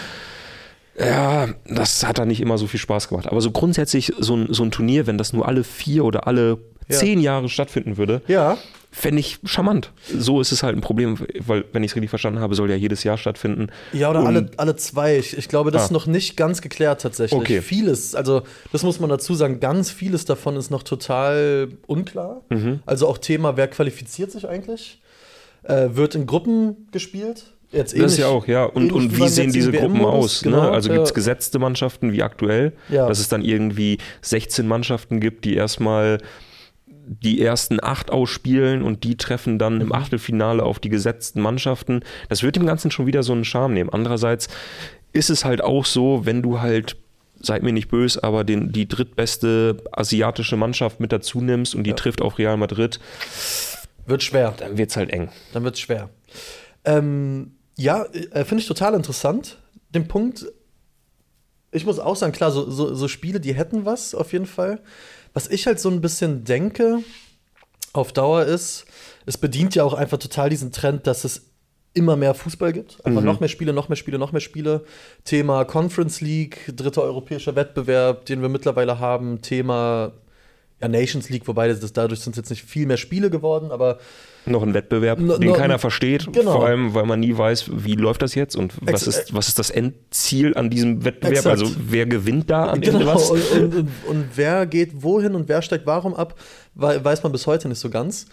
B: Ja, das hat dann nicht immer so viel Spaß gemacht. Aber so grundsätzlich so ein, so ein Turnier, wenn das nur alle vier oder alle
A: Ja.
B: zehn Jahre stattfinden würde,
A: Ja.
B: fände ich charmant. So ist es halt ein Problem, weil, wenn ich es richtig verstanden habe, soll ja jedes Jahr stattfinden.
A: Ja, oder
B: Und-
A: alle, alle zwei. Ich, ich glaube, das
B: Ah.
A: ist noch nicht ganz geklärt tatsächlich.
B: Okay.
A: Vieles, also das muss man dazu sagen, ganz vieles davon ist noch total unklar.
B: Mhm.
A: Also auch Thema, wer qualifiziert sich eigentlich? Äh, wird in Gruppen gespielt? Jetzt eh
B: Das ist
A: ähnlich-
B: ja auch, ja. Und,
A: ähnlich
B: und wie
A: beim
B: sehen diese
A: jetzigen
B: Gruppen
A: WM-Modus,
B: aus?
A: genau,
B: ne? Also
A: ja.
B: gibt es gesetzte Mannschaften wie aktuell,
A: Ja.
B: dass es dann irgendwie 16 Mannschaften gibt, die erstmal die ersten acht ausspielen und die treffen dann
A: Mhm.
B: im Achtelfinale auf die gesetzten Mannschaften. Das wird dem Ganzen schon wieder so einen Charme nehmen. Andererseits ist es halt auch so, wenn du halt, seid mir nicht böse, aber den, die drittbeste asiatische Mannschaft mit dazu nimmst und die trifft auf Real Madrid,
A: Wird schwer.
B: dann wird es halt eng.
A: Dann wird es schwer. Ähm, ja, äh, finde ich total interessant. Den Punkt, ich muss auch sagen, klar, so, so, so Spiele, die hätten was auf jeden Fall. Was ich halt so ein bisschen denke auf Dauer ist, es bedient ja auch einfach total diesen Trend, dass es immer mehr Fußball gibt. Einfach noch mehr Spiele, noch mehr Spiele, noch mehr Spiele. Thema Conference League, dritter europäischer Wettbewerb, den wir mittlerweile haben. Thema ja, Nations League, wobei das, dadurch sind es jetzt nicht viel mehr Spiele geworden, aber
B: Noch ein Wettbewerb,
A: No-
B: den
A: no-
B: keiner versteht,
A: genau.
B: vor allem, weil man nie weiß, wie läuft das jetzt und
A: Ex-
B: was ist, was ist das Endziel an diesem Wettbewerb?
A: Exakt.
B: Also wer gewinnt da an
A: Genau,
B: irgendwas?
A: und, und, und, und wer geht wohin und wer steigt warum ab, wei- weiß man bis heute nicht so ganz.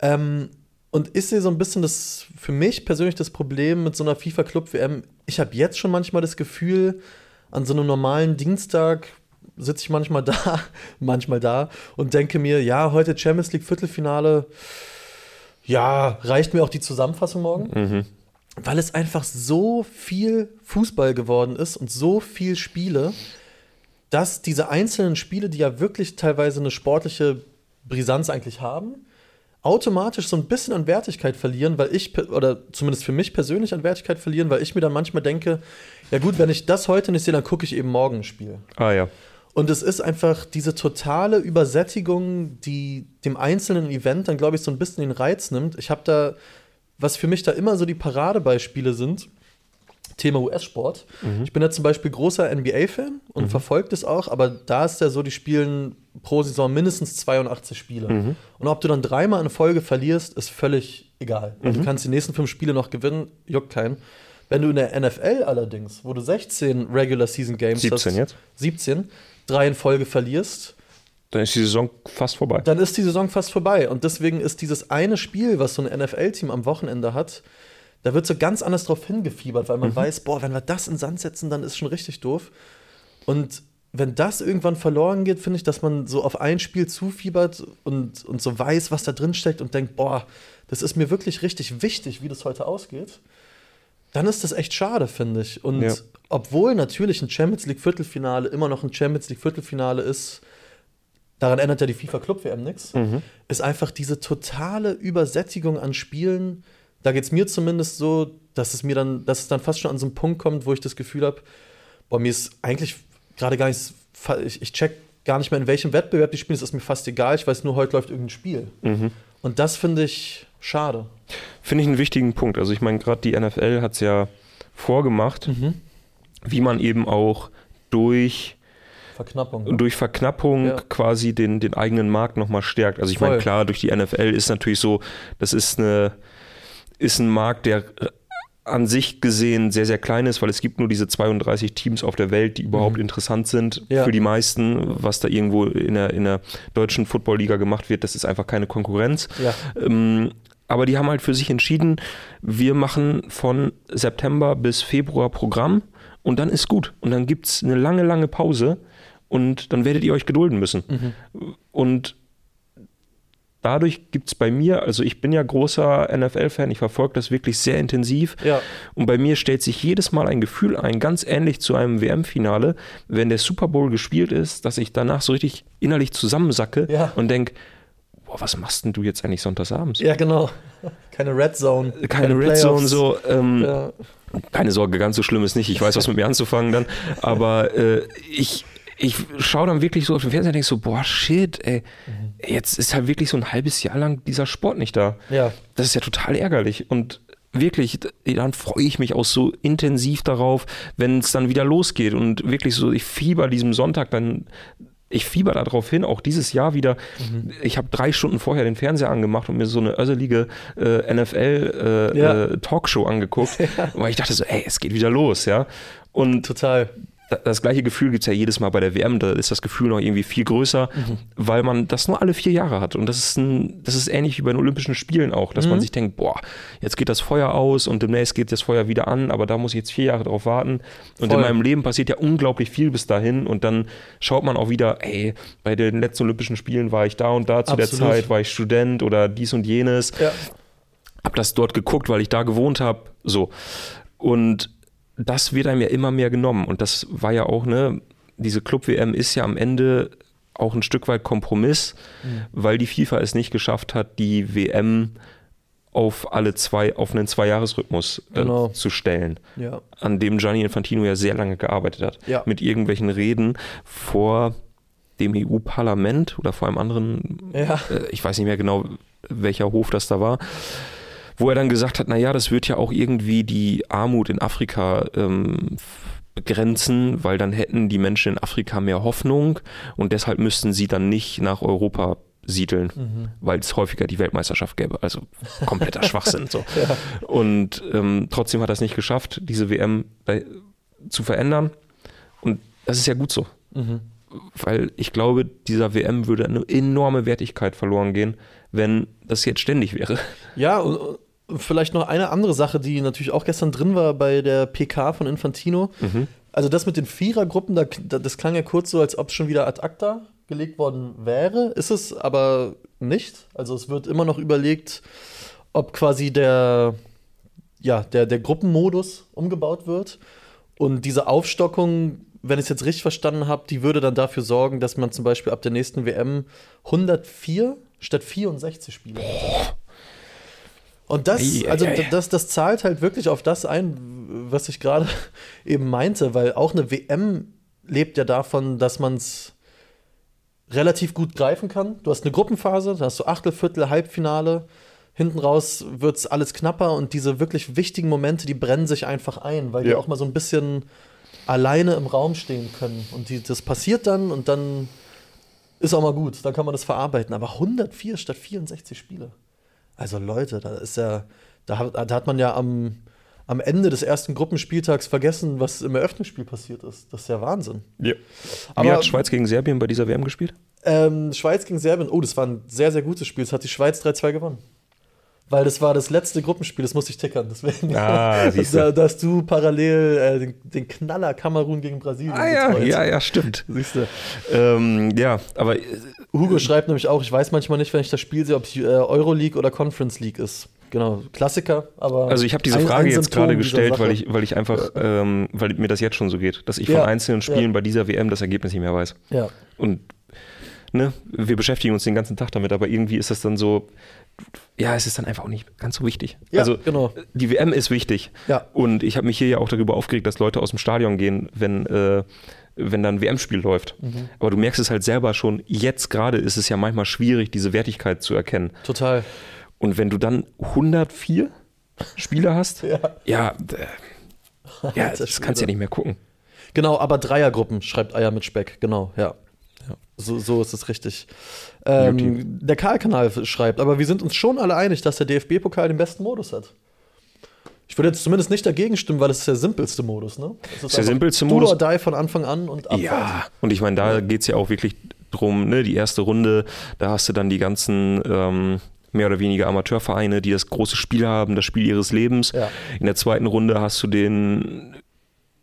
A: Ähm, und ich sehe so ein bisschen das, für mich persönlich das Problem mit so einer FIFA-Club-WM. Ich habe jetzt schon manchmal das Gefühl, an so einem normalen Dienstag sitze ich manchmal da, manchmal da und denke mir, ja, heute Champions League Viertelfinale, ja, reicht mir auch die Zusammenfassung morgen? Weil es einfach so viel Fußball geworden ist und so viel Spiele, dass diese einzelnen Spiele, die ja wirklich teilweise eine sportliche Brisanz eigentlich haben, automatisch so ein bisschen an Wertigkeit verlieren, weil ich, pe- oder zumindest für mich persönlich an Wertigkeit verlieren, weil ich mir dann manchmal denke, ja gut, wenn ich das heute nicht sehe, dann gucke ich eben morgen ein Spiel.
B: Ah ja.
A: Und es ist einfach diese totale Übersättigung, die dem einzelnen Event dann, glaube ich, so ein bisschen den Reiz nimmt. Ich habe da, was für mich da immer so die Paradebeispiele sind, Thema US-Sport. Ich bin da zum Beispiel großer NBA-Fan und verfolge das auch, aber da ist ja so, die spielen pro Saison mindestens 82 Spiele. Und ob du dann dreimal in Folge verlierst, ist völlig egal. Weil Du kannst die nächsten fünf Spiele noch gewinnen, juckt keinen. Wenn du in der NFL allerdings, wo du 16 Regular Season Games
B: 17
A: hast,
B: jetzt?
A: 17, drei in Folge verlierst,
B: Dann ist die Saison fast vorbei.
A: dann ist die Saison fast vorbei. Und deswegen ist dieses eine Spiel, was so ein NFL-Team am Wochenende hat, da wird so ganz anders drauf hingefiebert, weil man weiß, boah, wenn wir das in den Sand setzen, dann ist schon richtig doof. Und wenn das irgendwann verloren geht, finde ich, dass man so auf ein Spiel zufiebert und, und so weiß, was da drin steckt und denkt, boah, das ist mir wirklich richtig wichtig, wie das heute ausgeht, dann ist das echt schade, finde ich. Und
B: Ja.
A: obwohl natürlich ein Champions League Viertelfinale immer noch ein Champions League Viertelfinale ist, daran ändert ja die FIFA Club WM nichts, ist einfach diese totale Übersättigung an Spielen. Da geht es mir zumindest so, dass es mir dann, dass es dann fast schon an so einen Punkt kommt, wo ich das Gefühl habe, boah, mir ist eigentlich gerade gar nicht, fa- ich, ich check gar nicht mehr, in welchem Wettbewerb die spielen, es ist mir fast egal, ich weiß nur, heute läuft irgendein Spiel.
B: Mhm.
A: Und das finde ich schade.
B: Finde ich einen wichtigen Punkt. Also ich meine, gerade die NFL hat es
A: Mhm.
B: ja vorgemacht, wie man eben auch durch
A: Verknappung. ne?
B: durch Verknappung
A: Ja.
B: quasi den, den eigenen Markt nochmal stärkt. Also ich meine,
A: Voll.
B: klar, durch die NFL ist natürlich so, das ist eine, ist ein Markt, der äh, an sich gesehen sehr, sehr klein ist, weil es gibt nur diese 32 Teams auf der Welt, die überhaupt interessant sind
A: Mhm. Ja.
B: für die meisten. Was da irgendwo in der, in der deutschen Football-Liga gemacht wird, das ist einfach keine Konkurrenz.
A: Ja.
B: Ähm, aber die haben halt für sich entschieden, wir machen von September bis Februar Programm und dann ist gut. Und dann gibt es eine lange, lange Pause und dann werdet ihr euch gedulden müssen.
A: Mhm.
B: Und dadurch gibt es bei mir, also ich bin ja großer NFL-Fan, ich verfolge das wirklich sehr intensiv.
A: Ja.
B: Und bei mir stellt sich jedes Mal ein Gefühl ein, ganz ähnlich zu einem WM-Finale, wenn der Super Bowl gespielt ist, dass ich danach so richtig innerlich zusammensacke
A: Ja.
B: und denke, boah, was machst denn du jetzt eigentlich sonntagsabends?
A: ja, genau. Keine Red Zone.
B: Keine Red
A: Äh, Playoffs.
B: Zone, so. Ähm,
A: Ja.
B: Keine Sorge, ganz so schlimm ist nicht. Ich weiß, was mit mir anzufangen dann. Aber äh, ich, ich schaue dann wirklich so auf den Fernseher und denke so, boah, shit, ey.
A: Mhm.
B: Jetzt ist halt wirklich so ein halbes Jahr lang dieser Sport nicht da.
A: ja.
B: Das ist ja total ärgerlich. Und wirklich, d- dann freue ich mich auch so intensiv darauf, wenn es dann wieder losgeht. Und wirklich so, ich fieber diesem Sonntag dann. Ich fieber darauf hin, auch dieses Jahr wieder.
A: Mhm.
B: Ich habe drei Stunden vorher den Fernseher angemacht und mir so eine össelige äh,
A: Ja.
B: NFL-Talkshow angeguckt, weil ich dachte so, ey, es geht wieder los, ja. Und
A: Total.
B: da- das gleiche Gefühl gibt es ja jedes Mal bei der WM, da ist das Gefühl noch irgendwie viel größer,
A: Mhm.
B: weil man das nur alle vier Jahre hat. Und das ist, ein, das ist ähnlich wie bei den Olympischen Spielen auch,
A: Mhm.
B: dass man sich denkt, boah, jetzt geht das Feuer aus und demnächst geht das Feuer wieder an, aber da muss ich jetzt vier Jahre drauf warten. Und
A: Voll.
B: in meinem Leben passiert ja unglaublich viel bis dahin und dann schaut man auch wieder, ey, bei den letzten Olympischen Spielen war ich da und da zu der
A: Absolut.
B: Zeit, war ich Student oder dies und jenes
A: Ja.
B: habe das dort geguckt, weil ich da gewohnt habe, so. Und das wird einem ja immer mehr genommen und das war ja auch, ne, diese Club WM ist ja am Ende auch ein Stück weit Kompromiss,
A: Mhm.
B: weil die FIFA es nicht geschafft hat, die WM auf alle zwei auf einen Zweijahresrhythmus äh,
A: Genau.
B: zu stellen
A: Ja.
B: an dem Gianni Infantino ja sehr lange gearbeitet hat.
A: Ja.
B: Mit irgendwelchen Reden vor dem EU-Parlament oder vor einem anderen,
A: Ja.
B: äh, ich weiß nicht mehr genau, welcher Hof das da war, wo er dann gesagt hat, naja, das wird ja auch irgendwie die Armut in Afrika ähm, begrenzen, weil dann hätten die Menschen in Afrika mehr Hoffnung und deshalb müssten sie dann nicht nach Europa siedeln, weil es häufiger die Weltmeisterschaft gäbe. Also kompletter Schwachsinn. So. Und ähm, trotzdem hat er es nicht geschafft, diese WM da, zu verändern. Und das ist ja gut so. Weil ich glaube, dieser WM würde eine enorme Wertigkeit verloren gehen, wenn das jetzt ständig wäre.
A: Ja, und und vielleicht noch eine andere Sache, die natürlich auch gestern drin war bei der PK von Infantino. Also das mit den Vierergruppen, da, da, das klang ja kurz so, als ob es schon wieder ad acta gelegt worden wäre. Ist es aber nicht. Also es wird immer noch überlegt, ob quasi der, ja, der, der Gruppenmodus umgebaut wird. Und diese Aufstockung, wenn ich es jetzt richtig verstanden habe, die würde dann dafür sorgen, dass man zum Beispiel ab der nächsten WM 104 statt 64 Spiele hat. Und das,
B: Ei, ei,
A: also
B: ei.
A: das, das zahlt halt wirklich auf das ein, was ich gerade eben meinte, weil auch eine WM lebt ja davon, dass man es relativ gut greifen kann. Du hast eine Gruppenphase, da hast du Achtel, Viertel, Halbfinale. Hinten raus wird es alles knapper und diese wirklich wichtigen Momente, die brennen sich einfach ein, weil die
B: Ja.
A: auch mal so ein bisschen alleine im Raum stehen können. Und die, das passiert dann und dann ist auch mal gut, dann kann man das verarbeiten. Aber 104 statt 64 Spiele. Also Leute, da ist ja, da hat, da hat man ja am, am Ende des ersten Gruppenspieltags vergessen, was im Eröffnungsspiel passiert ist. Das ist ja Wahnsinn.
B: Ja. Wie
A: Aber-
B: hat Schweiz gegen Serbien bei dieser WM gespielt?
A: Ähm, Schweiz gegen Serbien. Oh, das war ein sehr, sehr gutes Spiel. Das hat die Schweiz 3-2 gewonnen. Weil das war das letzte Gruppenspiel, das musste ich tickern. Deswegen,
B: Ah, siehst du.
A: da, da hast du parallel äh, den, den Knaller Kamerun gegen Brasilien. betreut.
B: Ah ja, stimmt.
A: Siehst du.
B: Ähm, ja, aber äh,
A: Hugo schreibt nämlich auch, ich weiß manchmal nicht, wenn ich das Spiel sehe, ob es äh, Euroleague oder Conference League ist. Genau, Klassiker, aber.
B: also ich habe diese
A: ein-
B: Frage
A: ein
B: jetzt
A: Symptom
B: gerade
A: dieser
B: gestellt,
A: Sache.
B: weil ich, weil ich einfach, ähm, weil mir das jetzt schon so geht, dass ich
A: Ja,
B: von einzelnen
A: ja.
B: Spielen bei dieser WM das Ergebnis nicht mehr weiß.
A: Ja,
B: Und ne, wir beschäftigen uns den ganzen Tag damit, aber irgendwie ist das dann so, ja, es ist dann einfach auch nicht ganz so wichtig.
A: Ja,
B: also
A: genau.
B: die WM ist wichtig.
A: Ja.
B: Und ich habe mich hier ja auch darüber aufgeregt, dass Leute aus dem Stadion gehen, wenn, äh, wenn dann ein WM-Spiel läuft.
A: Mhm.
B: Aber du merkst es halt selber schon, jetzt gerade ist es ja manchmal schwierig, diese Wertigkeit zu erkennen.
A: total.
B: Und wenn du dann 104 Spieler hast, ja, d- ja
A: Alter
B: das kannst du ja
A: Schwede.
B: nicht mehr gucken.
A: Genau, aber Dreiergruppen, schreibt Eier mit Speck, genau, ja. ja. So, so ist es richtig. Ähm, der Karl-Kanal schreibt, aber wir sind uns schon alle einig, dass der DFB-Pokal den besten Modus hat. Ich würde jetzt zumindest nicht dagegen stimmen, weil es ist der simpelste Modus, ne? Es
B: Ist der
A: einfach
B: simpelste
A: do
B: Modus.
A: or die von Anfang an und ab.
B: Ja, und ich meine, da geht es ja auch wirklich drum, ne? die erste Runde, da hast du dann die ganzen ähm, mehr oder weniger Amateurvereine, die das große Spiel haben, das Spiel ihres Lebens.
A: Ja.
B: In der zweiten Runde hast du den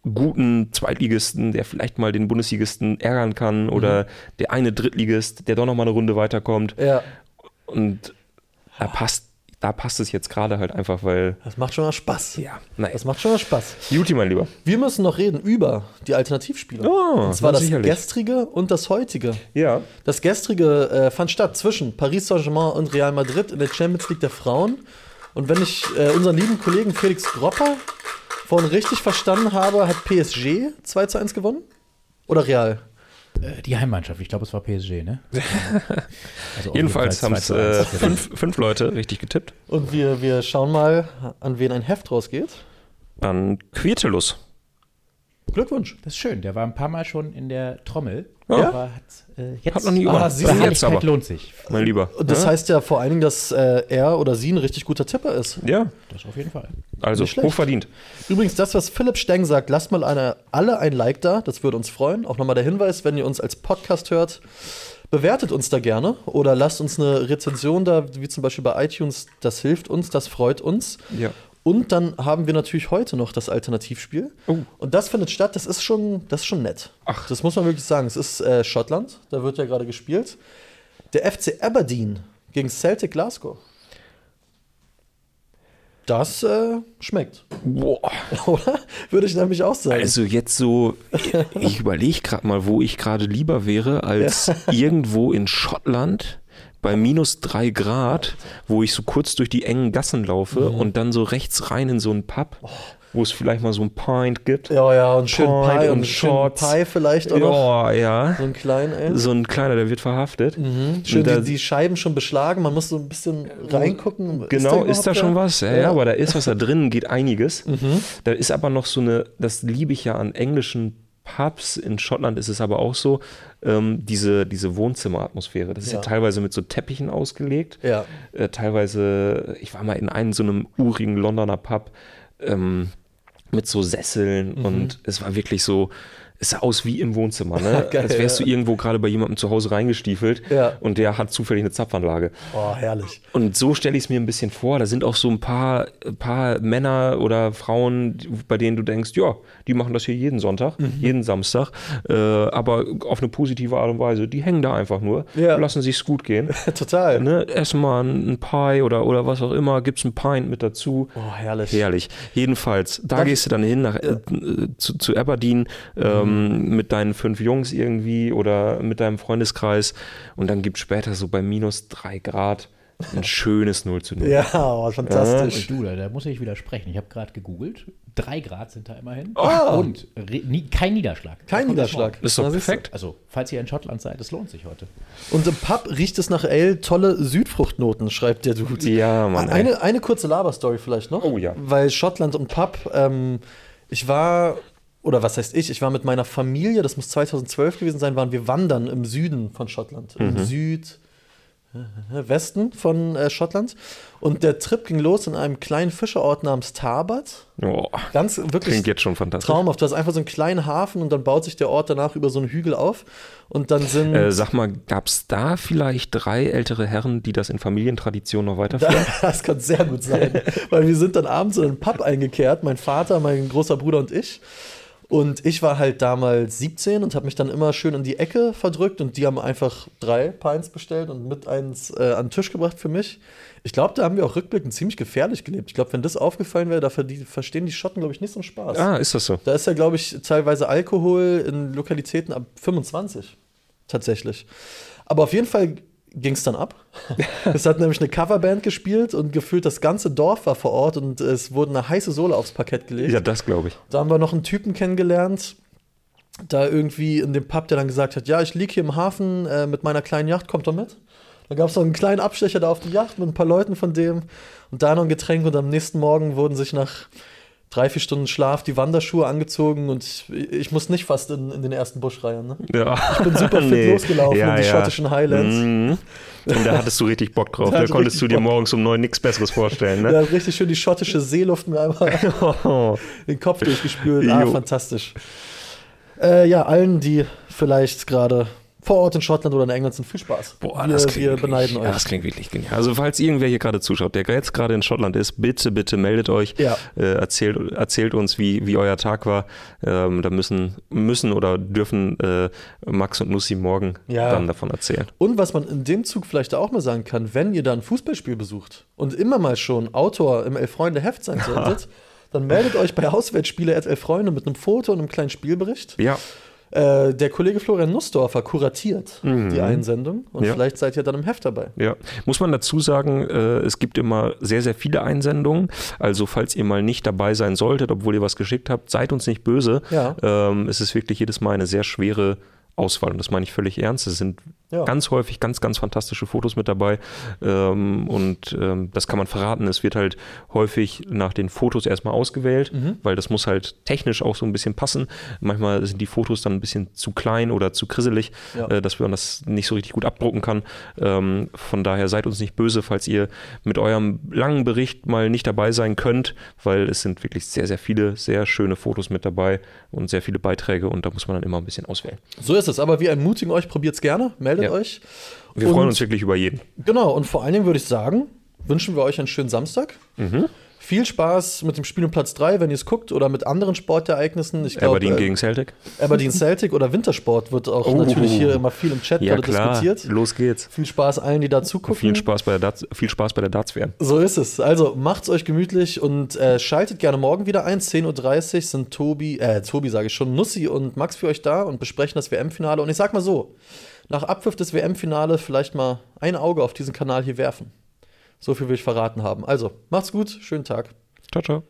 B: guten Zweitligisten, der vielleicht mal den Bundesligisten ärgern kann oder der eine Drittligist, der doch nochmal eine Runde weiterkommt.
A: Ja,
B: Und da passt, da passt es jetzt gerade halt einfach, weil,
A: das macht schon mal Spaß.
B: ja, naja,
A: Das macht schon mal Spaß.
B: Beauty, mein Lieber.
A: Wir müssen noch reden über die Alternativspiele.
B: Oh,
A: und zwar
B: na
A: das
B: sicherlich.
A: gestrige und das heutige.
B: Ja,
A: Das gestrige äh, fand statt zwischen Paris Saint-Germain und Real Madrid in der Champions League der Frauen. Und wenn ich äh, unseren lieben Kollegen Felix Gropper vorhin richtig verstanden habe, hat PSG 2 zu 1 gewonnen? Oder Real?
C: Äh, die Heimmannschaft, ich glaube, es war PSG, ne? Also auf jeden Fall
B: jedenfalls haben es
C: 2 zu
B: äh,
C: 1 gewonnen.
B: fünf, fünf Leute richtig getippt.
A: Und wir, wir schauen mal, an wen ein Heft rausgeht.
B: An Quietelus.
A: Glückwunsch.
C: Das ist schön, der war ein paar Mal schon in der Trommel.
B: Ja.
C: Aber hat, äh, jetzt,
B: Hat noch nie gewonnen.
A: Ah, siehst du,
C: Beharrlichkeit
B: jetzt aber.
C: lohnt sich.
B: Mein Lieber.
A: Und das
B: Ja?
A: heißt ja vor allen Dingen, dass äh, er oder sie ein richtig guter Tipper ist.
B: ja,
C: Das auf jeden Fall. Oh,
B: also
A: Nicht schlecht.
B: hochverdient.
A: Übrigens, das, was Philipp Steng sagt, lasst mal eine, alle ein Like da, das würde uns freuen. Auch nochmal der Hinweis, wenn ihr uns als Podcast hört, bewertet uns da gerne oder lasst uns eine Rezension da, wie zum Beispiel bei iTunes. Das hilft uns, das freut uns.
B: Ja.
A: Und dann haben wir natürlich heute noch das Alternativspiel.
B: Oh.
A: Und das findet statt, das ist schon, das ist schon nett.
B: Ach.
A: Das muss man wirklich sagen. Es ist äh, Schottland, da wird ja gerade gespielt. Der FC Aberdeen gegen Celtic Glasgow. Das äh, schmeckt.
B: Boah.
A: Oder? Würde ich nämlich auch sagen.
B: Also jetzt so, ich überlege gerade mal, wo ich gerade lieber wäre, als irgendwo in Schottland bei minus drei Grad, wo ich so kurz durch die engen Gassen laufe
A: Mhm.
B: und dann so rechts rein in so einen Pub, wo es vielleicht mal so ein Pint gibt.
A: Oh. ja, ja, und schön
B: Pint
A: Pie
B: und
A: und schön
B: Shorts.
A: Pie vielleicht auch noch.
B: Ja, ja.
A: So einen kleinen, ey.
B: So ein kleiner, der wird verhaftet.
A: Schön
B: Und da-
A: die, die Scheiben schon beschlagen, man muss so ein bisschen reingucken.
B: Genau, ist, da
A: überhaupt
B: schon was? Ja,
A: Ja.
B: ja, aber da ist was da drin, geht einiges. Da ist aber noch so eine, das liebe ich ja an englischen Pubs, in Schottland ist es aber auch so, ähm, diese, diese Wohnzimmeratmosphäre. Das ist ja.
A: Ja.
B: teilweise mit so Teppichen ausgelegt.
A: Ja.
B: Äh, teilweise, ich war mal in einem so einem urigen Londoner Pub ähm, mit so Sesseln und es war wirklich so. Es sah aus wie im Wohnzimmer, ne?
A: Geil,
B: Als wärst
A: ja.
B: du irgendwo gerade bei jemandem zu Hause reingestiefelt
A: Ja.
B: und der hat zufällig eine Zapfanlage.
A: Oh, herrlich.
B: Und so stelle ich es mir ein bisschen vor. Da sind auch so ein paar, ein paar Männer oder Frauen, die- bei denen du denkst, ja, die machen das hier jeden Sonntag, jeden Samstag, äh, aber auf eine positive Art und Weise. Die hängen da einfach nur,
A: Ja.
B: lassen sich's gut gehen.
A: Total.
B: ne? Essen mal ein ein Pie oder, oder was auch immer, gibt's ein Pint mit dazu.
A: Oh, herrlich.
B: Herrlich. Jedenfalls, da gehst du dann hin nach, äh, zu, zu Aberdeen ähm,
A: Mhm.
B: mit deinen fünf Jungs irgendwie oder mit deinem Freundeskreis und dann gibt später so bei minus drei Grad ein schönes 0 zu 0.
A: Ja, oh, fantastisch.
C: Du, da, da muss ich widersprechen. Ich habe gerade gegoogelt. Drei Grad sind da immerhin.
B: Oh.
A: Ah.
C: Und re, nie, kein Niederschlag.
A: Kein
C: Da kommt das
A: Niederschlag.
B: Ist doch
A: Na, siehst du.
B: perfekt.
C: Also, falls ihr in Schottland seid, es lohnt sich heute.
A: Und im Pub riecht es nach Ale, tolle Südfruchtnoten, schreibt der Dude.
B: Ja, Mann, ey.
A: Ah, Eine, eine kurze Laberstory vielleicht noch.
B: Oh ja.
A: Weil Schottland und Pub, ähm, ich war, oder was heißt ich, ich war mit meiner Familie, das muss 2012 gewesen sein, waren wir wandern im Süden von Schottland.
B: Mhm.
A: Im Süd. Westen von äh, Schottland. Und der Trip ging los in einem kleinen Fischerort namens Tarbert.
B: Oh,
A: Ganz wirklich
B: klingt jetzt schon fantastisch.
A: traumhaft. Du hast einfach so einen kleinen Hafen und dann baut sich der Ort danach über so einen Hügel auf. Und dann sind.
B: Äh, sag mal, gab's da vielleicht drei ältere Herren, die das in Familientradition noch weiterführen?
A: Das kann sehr gut sein, weil wir sind dann abends in einen Pub eingekehrt, mein Vater, mein großer Bruder und ich. Und ich war halt damals 17 und habe mich dann immer schön in die Ecke verdrückt und die haben einfach drei Pints bestellt und mit eins äh, an den Tisch gebracht für mich. Ich glaube, da haben wir auch rückblickend ziemlich gefährlich gelebt. Ich glaube, wenn das aufgefallen wäre, da verdi- verstehen die Schotten, glaube ich, nicht so einen Spaß.
B: Ah, ist das so?
A: Da ist ja, glaube ich, teilweise Alkohol in Lokalitäten ab 25. Tatsächlich. Aber auf jeden Fall ging es dann ab. es hat nämlich eine Coverband gespielt und gefühlt das ganze Dorf war vor Ort und es wurde eine heiße Sohle aufs Parkett gelegt.
B: Ja, das glaube ich.
A: Da haben wir noch einen Typen kennengelernt, da irgendwie in dem Pub, der dann gesagt hat, ja, ich lieg hier im Hafen äh, mit meiner kleinen Yacht, kommt doch mit. Da gab es noch einen kleinen Abstecher da auf die Yacht mit ein paar Leuten von dem und da noch ein Getränk und am nächsten Morgen wurden sich nach drei, vier Stunden Schlaf, die Wanderschuhe angezogen und ich, ich muss nicht fast in, in den ersten Busch reihen. Ne?
B: Ja.
A: Ich bin super fit
B: Nee.
A: losgelaufen
B: Ja,
A: in die
B: ja.
A: schottischen Highlands.
B: Mhm. Und da hattest du richtig Bock drauf.
A: Da
B: Da,
A: hatte ich
B: konntest du
A: richtig
B: dir
A: Bock.
B: morgens um neun nichts Besseres vorstellen.
A: Ja,
B: Ne? Oh.
A: richtig schön die schottische Seeluft mir einmal den Kopf durchgespült. Ah,
B: Jo.
A: fantastisch. Äh, ja, allen, die vielleicht gerade vor Ort in Schottland oder in England sind, viel Spaß. wir, wir
B: wirklich-
A: beneiden
B: ja,
A: euch.
B: das klingt wirklich genial. Also falls irgendwer hier gerade zuschaut, der jetzt gerade in Schottland ist, bitte, bitte meldet euch.
A: Ja.
B: Äh, erzählt, erzählt uns, wie, wie euer Tag war. Ähm, da müssen, müssen oder dürfen äh, Max und Nussi morgen
A: Ja.
B: dann davon erzählen.
A: Und was man in dem Zug vielleicht auch mal sagen kann, wenn ihr da ein Fußballspiel besucht und immer mal schon Autor im Elf-Freunde-Heft sein solltet, dann meldet euch bei Auswärtsspiele at Elf-Freunde mit einem Foto und einem kleinen Spielbericht.
B: Ja,
A: Äh, der Kollege Florian Nussdorfer kuratiert die Einsendung und
B: Mhm. Ja.
A: vielleicht seid ihr dann im Heft dabei.
B: ja. Muss man dazu sagen, äh, es gibt immer sehr, sehr viele Einsendungen. Also falls ihr mal nicht dabei sein solltet, obwohl ihr was geschickt habt, seid uns nicht böse.
A: Ja.
B: Ähm, es ist wirklich jedes Mal eine sehr schwere Auswahl und das meine ich völlig ernst. Es sind
A: Ja.
B: ganz häufig ganz, ganz fantastische Fotos mit dabei ähm, und ähm, das kann man verraten. Es wird halt häufig nach den Fotos erstmal ausgewählt,
A: Mhm.
B: weil das muss halt technisch auch so ein bisschen passen. Manchmal sind die Fotos dann ein bisschen zu klein oder zu krisselig,
A: Ja.
B: äh, dass man das nicht so richtig gut abdrucken kann. Ähm, von daher seid uns nicht böse, falls ihr mit eurem langen Bericht mal nicht dabei sein könnt, weil es sind wirklich sehr, sehr viele, sehr schöne Fotos mit dabei und sehr viele Beiträge und da muss man dann immer ein bisschen auswählen.
A: So ist es, aber wir ermutigen euch, probiert's gerne, meldet
B: Ja.
A: euch.
B: Wir
A: Und-
B: freuen uns wirklich über jeden.
A: Genau, und vor allen Dingen würde ich sagen, wünschen wir euch einen schönen Samstag.
B: Mhm.
A: Viel Spaß mit dem Spiel um Platz 3, wenn ihr es guckt, oder mit anderen Sportereignissen. Ich glaube,
B: Aberdeen gegen Celtic.
A: Aberdeen Celtic oder Wintersport wird auch
B: Oh.
A: natürlich hier immer viel im Chat gerade diskutiert.
B: Los geht's.
A: Viel Spaß allen, die da zugucken.
B: Viel Spaß bei der Darts, viel Spaß bei der Darts WM.
A: So ist es. Also macht's euch gemütlich und äh, schaltet gerne morgen wieder ein. 10.30 Uhr sind Tobi, äh, Tobi sage ich schon, Nussi und Max für euch da und besprechen das WM-Finale. Und ich sag mal so, nach Abpfiff des WM-Finale vielleicht mal ein Auge auf diesen Kanal hier werfen. So viel will ich verraten haben. Also, macht's gut, schönen Tag.
B: Ciao, ciao.